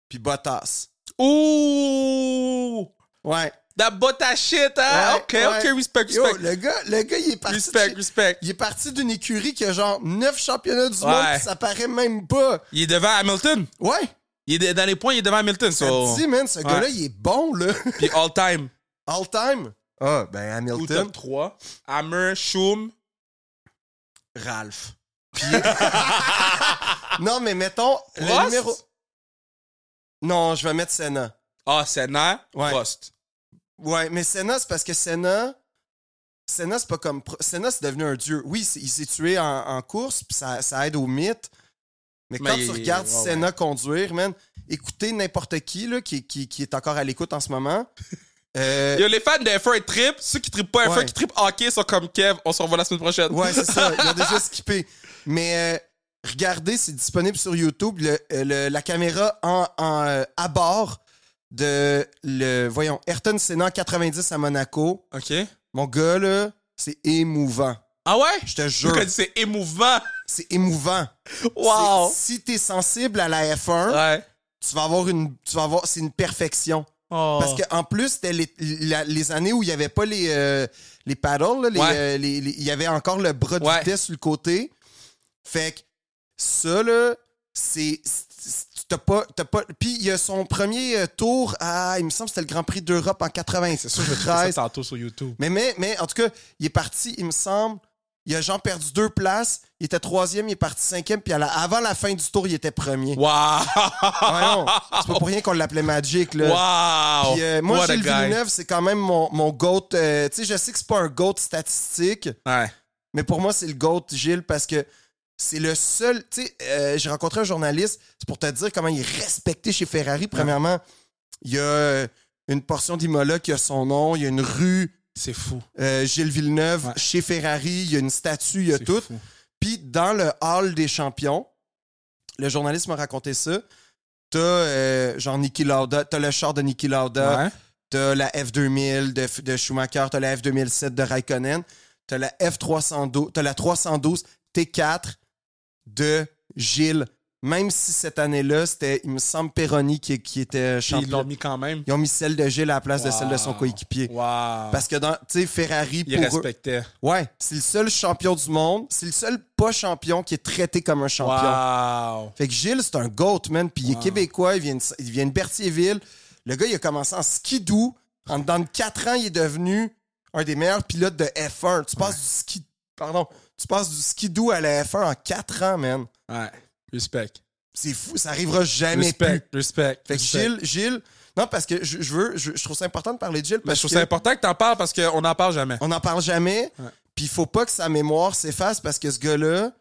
Speaker 2: puis Bottas.
Speaker 3: Ouh!
Speaker 2: Ouais.
Speaker 3: That bota shit, hein?
Speaker 2: Ouais,
Speaker 3: ok,
Speaker 2: ouais.
Speaker 3: ok, respect,
Speaker 2: Yo,
Speaker 3: respect.
Speaker 2: le gars, le gars, il est parti. de
Speaker 3: respect,
Speaker 2: chez-
Speaker 3: respect.
Speaker 2: Il est parti d'une écurie qui a genre 9 championnats du
Speaker 3: Ouais.
Speaker 2: monde, puis ça paraît même pas.
Speaker 3: Il est devant Hamilton.
Speaker 2: Ouais.
Speaker 3: Il est de- dans les points, il est devant Hamilton.
Speaker 2: Ça
Speaker 3: So.
Speaker 2: te dit, man, ce gars-là,
Speaker 3: Ouais.
Speaker 2: il est bon, là.
Speaker 3: Puis all time.
Speaker 2: All time. Ah, ben
Speaker 3: Ou
Speaker 2: Hamilton.
Speaker 3: top 3. Hammer, Schum.
Speaker 2: Ralph. non, mais mettons le
Speaker 3: Prost?
Speaker 2: numéro. Non, je vais mettre Senna.
Speaker 3: Ah, Senna,
Speaker 2: Ouais.
Speaker 3: Prost.
Speaker 2: Ouais, mais Senna, c'est parce que Senna. Senna, c'est pas comme. Pro- Senna, c'est devenu un dieu. Oui, c'est- il s'est tué en, en course, puis ça, ça aide au mythe. Mais
Speaker 3: Mais
Speaker 2: quand
Speaker 3: il-
Speaker 2: tu regardes
Speaker 3: ouais, ouais.
Speaker 2: Senna conduire, man, écoutez n'importe qui, là, qui, qui, qui est encore à l'écoute en ce moment. Euh,
Speaker 3: Yo, les fans de F1 trip, ceux qui trippent pas F1,
Speaker 2: Ouais.
Speaker 3: qui trippent hockey sont comme Kev, on se revoit la semaine prochaine.
Speaker 2: Ouais, c'est ça. Ils ont déjà skippé. Mais euh, regardez, c'est disponible sur YouTube. Le- euh, le- la caméra en, en, euh, à bord de le voyons Ayrton Senna en 90 à Monaco.
Speaker 3: Ok.
Speaker 2: Mon gars là, c'est émouvant.
Speaker 3: Ah ouais?
Speaker 2: Je te jure,
Speaker 3: Quand c'est émouvant.
Speaker 2: c'est émouvant.
Speaker 3: Wow.
Speaker 2: C'est- Si t'es sensible à la F1,
Speaker 3: Ouais.
Speaker 2: tu vas avoir une, tu vas avoir, c'est une perfection.
Speaker 3: Oh.
Speaker 2: Parce qu'en plus, c'était les, la- les années où il n'y avait pas les, euh, les paddles, là, les,
Speaker 3: Ouais.
Speaker 2: euh, les- les- il y avait encore le bras de
Speaker 3: Ouais.
Speaker 2: vitesse sur le côté. Fait que ça, là, c'est. c'est- T'as pas, t'as pas... Puis il y a son premier euh, tour à. Il me semble que c'était le Grand Prix d'Europe en 93.
Speaker 3: C'est sûr, je vais trouver ça tantôt sur YouTube.
Speaker 2: Mais, mais, mais en tout cas, il est parti, il me semble. Il a genre perdu deux places. Il était troisième, il est parti cinquième. Puis à la- avant la fin du tour, il était premier.
Speaker 3: Wow!
Speaker 2: Voyons, c'est pas pour rien qu'on l'appelait Magic, là.
Speaker 3: Wow!
Speaker 2: Puis, euh, moi,
Speaker 3: Oh, What a
Speaker 2: Gilles
Speaker 3: guy.
Speaker 2: Villeneuve, c'est quand même mon, mon GOAT. euh, tu sais, je sais que c'est pas un GOAT statistique,
Speaker 3: Ouais.
Speaker 2: mais pour moi, c'est le GOAT, Gilles, parce que c'est le seul. Tu sais, euh, j'ai rencontré un journaliste, c'est pour te dire comment il est respecté chez Ferrari. Premièrement, il y a euh, une portion d'Imola qui a son nom, il y a une rue
Speaker 3: C'est fou.
Speaker 2: euh, Gilles Villeneuve
Speaker 3: Ouais.
Speaker 2: chez Ferrari, il y a une statue, il y a
Speaker 3: C'est
Speaker 2: tout.
Speaker 3: fou.
Speaker 2: Puis dans le hall des champions, le journaliste m'a raconté ça. T'as euh, genre Niki Lauda, t'as le char de Niki Lauda,
Speaker 3: Ouais.
Speaker 2: T'as la F2000 de, de Schumacher, t'as la F2007 de Raikkonen, t'as la F312, t'as la 312 T4 de Gilles. Même si cette année-là, c'était, il me semble, Perroni qui, qui était
Speaker 3: Puis ils l'ont
Speaker 2: champion.
Speaker 3: mis quand même.
Speaker 2: Ils ont mis celle de Gilles à la place de celle de son
Speaker 3: Wow.
Speaker 2: coéquipier.
Speaker 3: Wow.
Speaker 2: Parce que dans, tu sais, Ferrari,
Speaker 3: il
Speaker 2: pour eux-
Speaker 3: respectait.
Speaker 2: ouais, c'est le seul champion du monde, c'est le seul pas champion qui est traité comme un champion.
Speaker 3: Wow.
Speaker 2: Fait que Gilles, c'est un goat, man. Puis il est
Speaker 3: Wow.
Speaker 2: québécois, il vient, de, il vient de Berthierville. Le gars, il a commencé en skidoo. En dedans de 4 ans, il est devenu un des meilleurs pilotes de F1. Tu passes du ski... Pardon. Tu passes du skidoo à la F1 en 4 ans, man.
Speaker 3: Ouais. Respect.
Speaker 2: C'est fou, ça arrivera jamais plus.
Speaker 3: Respect. Respect.
Speaker 2: Eh, Fait que
Speaker 3: Respect.
Speaker 2: Gilles, Gilles... Non, parce que je, je veux... Je, je trouve ça important de parler de Gilles
Speaker 3: Mais
Speaker 2: parce
Speaker 3: Ben, je trouve
Speaker 2: que
Speaker 3: ça important que t'en parles parce qu'on n'en parle jamais.
Speaker 2: on n'en parle jamais.
Speaker 3: Ouais.
Speaker 2: Puis il faut pas que sa mémoire s'efface parce que ce gars-là...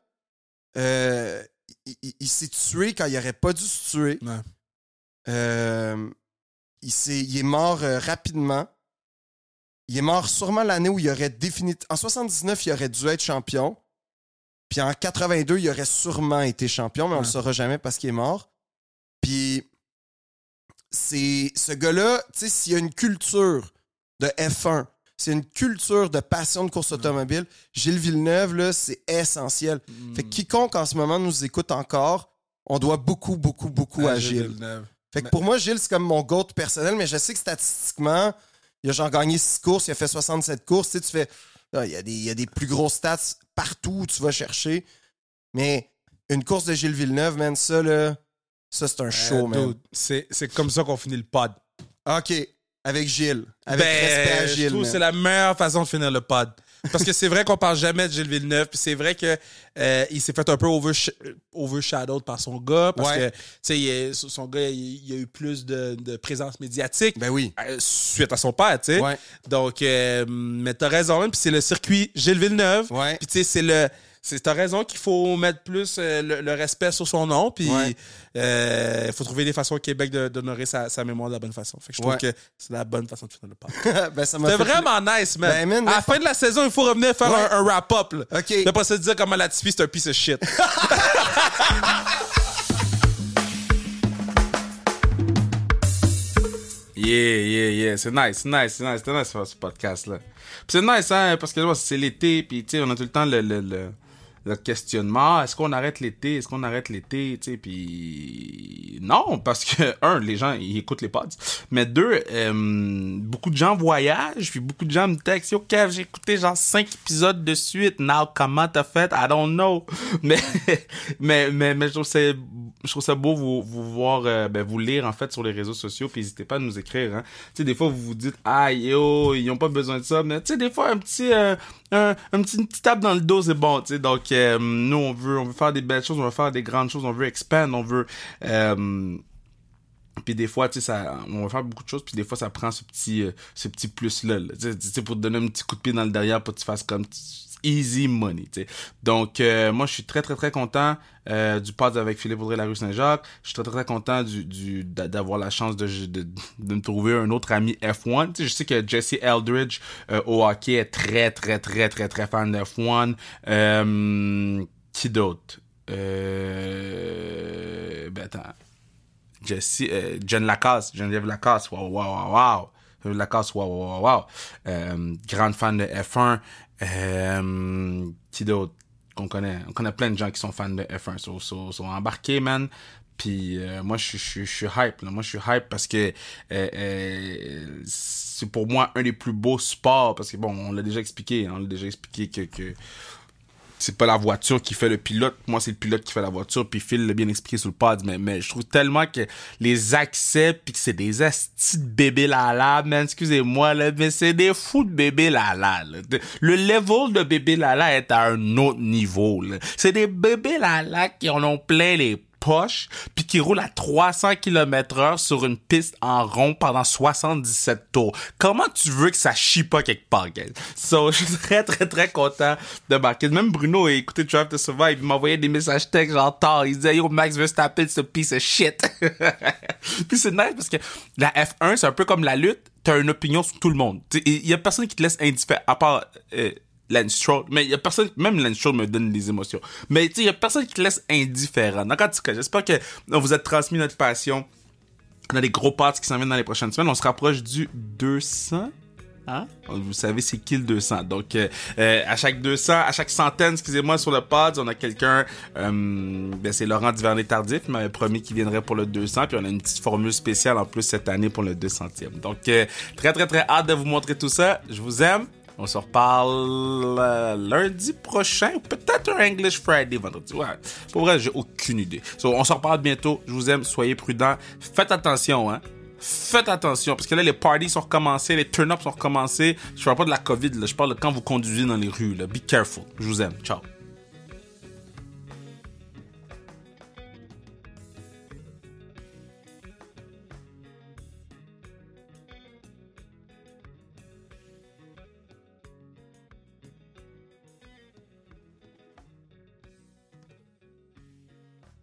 Speaker 2: euh, il, il- il s'est tué quand il aurait pas dû se tuer.
Speaker 3: Ouais.
Speaker 2: Euh, il, s'est- il est mort euh, rapidement. Il est mort sûrement l'année où il aurait définitivement... En 79, il aurait dû être champion. Puis en 82, il aurait sûrement été champion, mais on
Speaker 3: Ouais.
Speaker 2: le saura jamais parce qu'il est mort. Puis c'est ce gars-là, tu sais, s'il y a une culture de F1, c'est une culture de passion de course automobile, Gilles Villeneuve, là, c'est essentiel.
Speaker 3: Hmm. Mm.
Speaker 2: Fait que quiconque en ce moment nous écoute encore, on doit beaucoup, beaucoup, beaucoup à Gilles.
Speaker 3: Villeneuve.
Speaker 2: Fait que
Speaker 3: Ah, Mais-
Speaker 2: pour moi, Gilles, c'est comme mon goat personnel, mais je sais que statistiquement, il a genre gagné 6 courses, il a fait 67 courses. Tu sais, tu fais. ah, il, y a des, il y a des plus gros stats partout où tu vas chercher. Mais une course de Gilles Villeneuve, man, ça, là, ça, c'est un show,
Speaker 3: Eh,
Speaker 2: man.
Speaker 3: dude, C'est c'est comme ça qu'on finit le pod.
Speaker 2: OK. Avec Gilles. Avec
Speaker 3: Ben,
Speaker 2: respect à
Speaker 3: je
Speaker 2: Gilles.
Speaker 3: trouve que
Speaker 2: man.
Speaker 3: c'est la meilleure façon de finir le pod. Parce que c'est vrai qu'on parle jamais de Gilles Villeneuve, puis c'est vrai que euh, il s'est fait un peu oversh- overshadowed par son gars, parce
Speaker 2: Ouais.
Speaker 3: que tu sais, il est- son gars, il, il a eu plus de, de présence médiatique
Speaker 2: Ben oui.
Speaker 3: euh, suite à son père, tu sais.
Speaker 2: Ouais.
Speaker 3: hein, Donc, euh, mais t'as raison, même, puis c'est le circuit Gilles Villeneuve.
Speaker 2: Ouais.
Speaker 3: Puis tu sais, c'est le c'est t'as raison qu'il faut mettre plus euh, le, le respect sur son nom, puis
Speaker 2: Ouais.
Speaker 3: euh, faut trouver des façons au Québec de- d'honorer sa, sa mémoire de la bonne façon. Fait que je trouve
Speaker 2: Ouais.
Speaker 3: que c'est la bonne façon de finir le podcast.
Speaker 2: ben, ça m'a
Speaker 3: C'était
Speaker 2: fait-
Speaker 3: vraiment nice, man.
Speaker 2: Ben, man,
Speaker 3: à
Speaker 2: là-
Speaker 3: la fin de la saison, il faut revenir faire
Speaker 2: Ouais.
Speaker 3: un, un wrap-up. là.
Speaker 2: OK.
Speaker 3: De pas se dire comment la Tiffy, c'est un piece of shit.
Speaker 1: Yeah, yeah, yeah. C'est nice, c'est nice, c'est nice. C'est nice de faire ce podcast-là. Puis c'est nice, hein, parce que là, c'est l'été, puis tu sais, on a tout le temps le, le, le, le questionnement. Est-ce qu'on arrête l'été? Est-ce qu'on arrête l'été? Tu sais, puis... Non, parce que, un, les gens, ils écoutent les pods. Mais deux, euh, beaucoup de gens voyagent, puis beaucoup de gens me textent. Yo, Kev, j'ai écouté genre cinq épisodes de suite. Now, comment t'as fait? I don't know. Mais, mais, mais, mais je trouve c'est je trouve ça beau vous, vous voir, euh, ben, vous lire en fait sur les réseaux sociaux, puis n'hésitez pas à nous écrire. Hein. Tu sais, des fois vous vous dites, ah yo, ils ont pas besoin de ça, mais tu sais, des fois un petit, euh, un, un petit, une petite tape dans le dos c'est bon. Tu sais, donc euh, nous on veut, on veut faire des belles choses, on veut faire des grandes choses, on veut expand, on veut euh, puis des fois, tu sais, ça- on va faire beaucoup de choses, puis des fois, ça prend ce petit, euh, ce petit plus-là, là. tu sais, tu sais, pour te donner un petit coup de pied dans le derrière pour que tu fasses comme tu- easy money, tu sais. Donc, euh, moi, je suis très, très, très content euh, du pod avec Philippe Audrey la rue Saint-Jacques. Je suis très, très, très content du, du- d'a- d'avoir la chance de, de, de me trouver un autre ami F1. Tu sais, je sais que Jesse Eldridge euh, au hockey est très, très, très, très, très fan de F1. Euh, qui d'autre? Euh... Ben, attends. Jessie, euh, Jen Lacasse, Geneviève Lacasse, waouh, waouh, waouh, waouh. Geneviève Lacasse, waouh, waouh, waouh, waouh. Euh, grande fan de F1. Euh, qui d'autre qu'on connaît? On connaît plein de gens qui sont fans de F1. Sont so, so embarqués, man. Puis euh, moi, je suis- je suis je suis hype. Là. Moi, je suis hype parce que euh, euh, c'est pour moi un des plus beaux sports. Parce que, bon, on l'a déjà expliqué. hein, on l'a déjà expliqué que... que c'est pas la voiture qui fait le pilote. Moi, c'est le pilote qui fait la voiture. Puis Phil l'a bien expliqué sur le pod. Mais, mais je trouve tellement que les accès, puis que c'est des astis de bébés lala, man. Excusez-moi, là, mais c'est des fous de bébés lala. là. De- Le level de bébés lala est à un autre niveau. là. C'est des bébés lala qui en ont plein les poche, puis qui roule à 300 km/h sur une piste en rond pendant 77 tours. Comment tu veux que ça chie pas quelque part, guys? So, je suis très, très, très content de marquer. Même Bruno a écouté Drive to Survive, il m'envoyait des messages textes, genre tard. Il disait, yo, Max Verstappen, c'est un piece of shit. puis c'est nice parce que la F1, c'est un peu comme la lutte. T'as une opinion sur tout le monde. T'sais, Il y a personne qui te laisse indifférent, à part... euh, Lance Stroll. Mais il y a personne, même Lance Stroll me donne des émotions. Mais tu sais, il y a personne qui te laisse indifférent. Donc, en tout cas, j'espère que on vous a transmis notre passion. On a des gros potes qui s'en viennent dans les prochaines semaines. On se rapproche du 200. Hein? Vous savez, c'est qui le 200? Donc, euh, euh, à chaque 200, à chaque centaine, excusez-moi, sur le pod, on a quelqu'un, euh, ben, c'est Laurent Duvernay-Tardif, il m'avait promis qu'il viendrait pour le 200, puis on a une petite formule spéciale en plus cette année pour le 200e. Donc, euh, très, très, très hâte de vous montrer tout ça. Je vous aime. On se reparle euh, lundi prochain, ou peut-être un English Friday vendredi. Ouais. Pour vrai, j'ai aucune idée. So, on se reparle bientôt. Je vous aime. Soyez prudents. Faites attention, hein. Faites attention, parce que là, les parties sont recommencées, les turn-ups sont recommencés. Je parle pas de la COVID, là. je parle de quand vous conduisez dans les rues. Là. Be careful. Je vous aime. Ciao.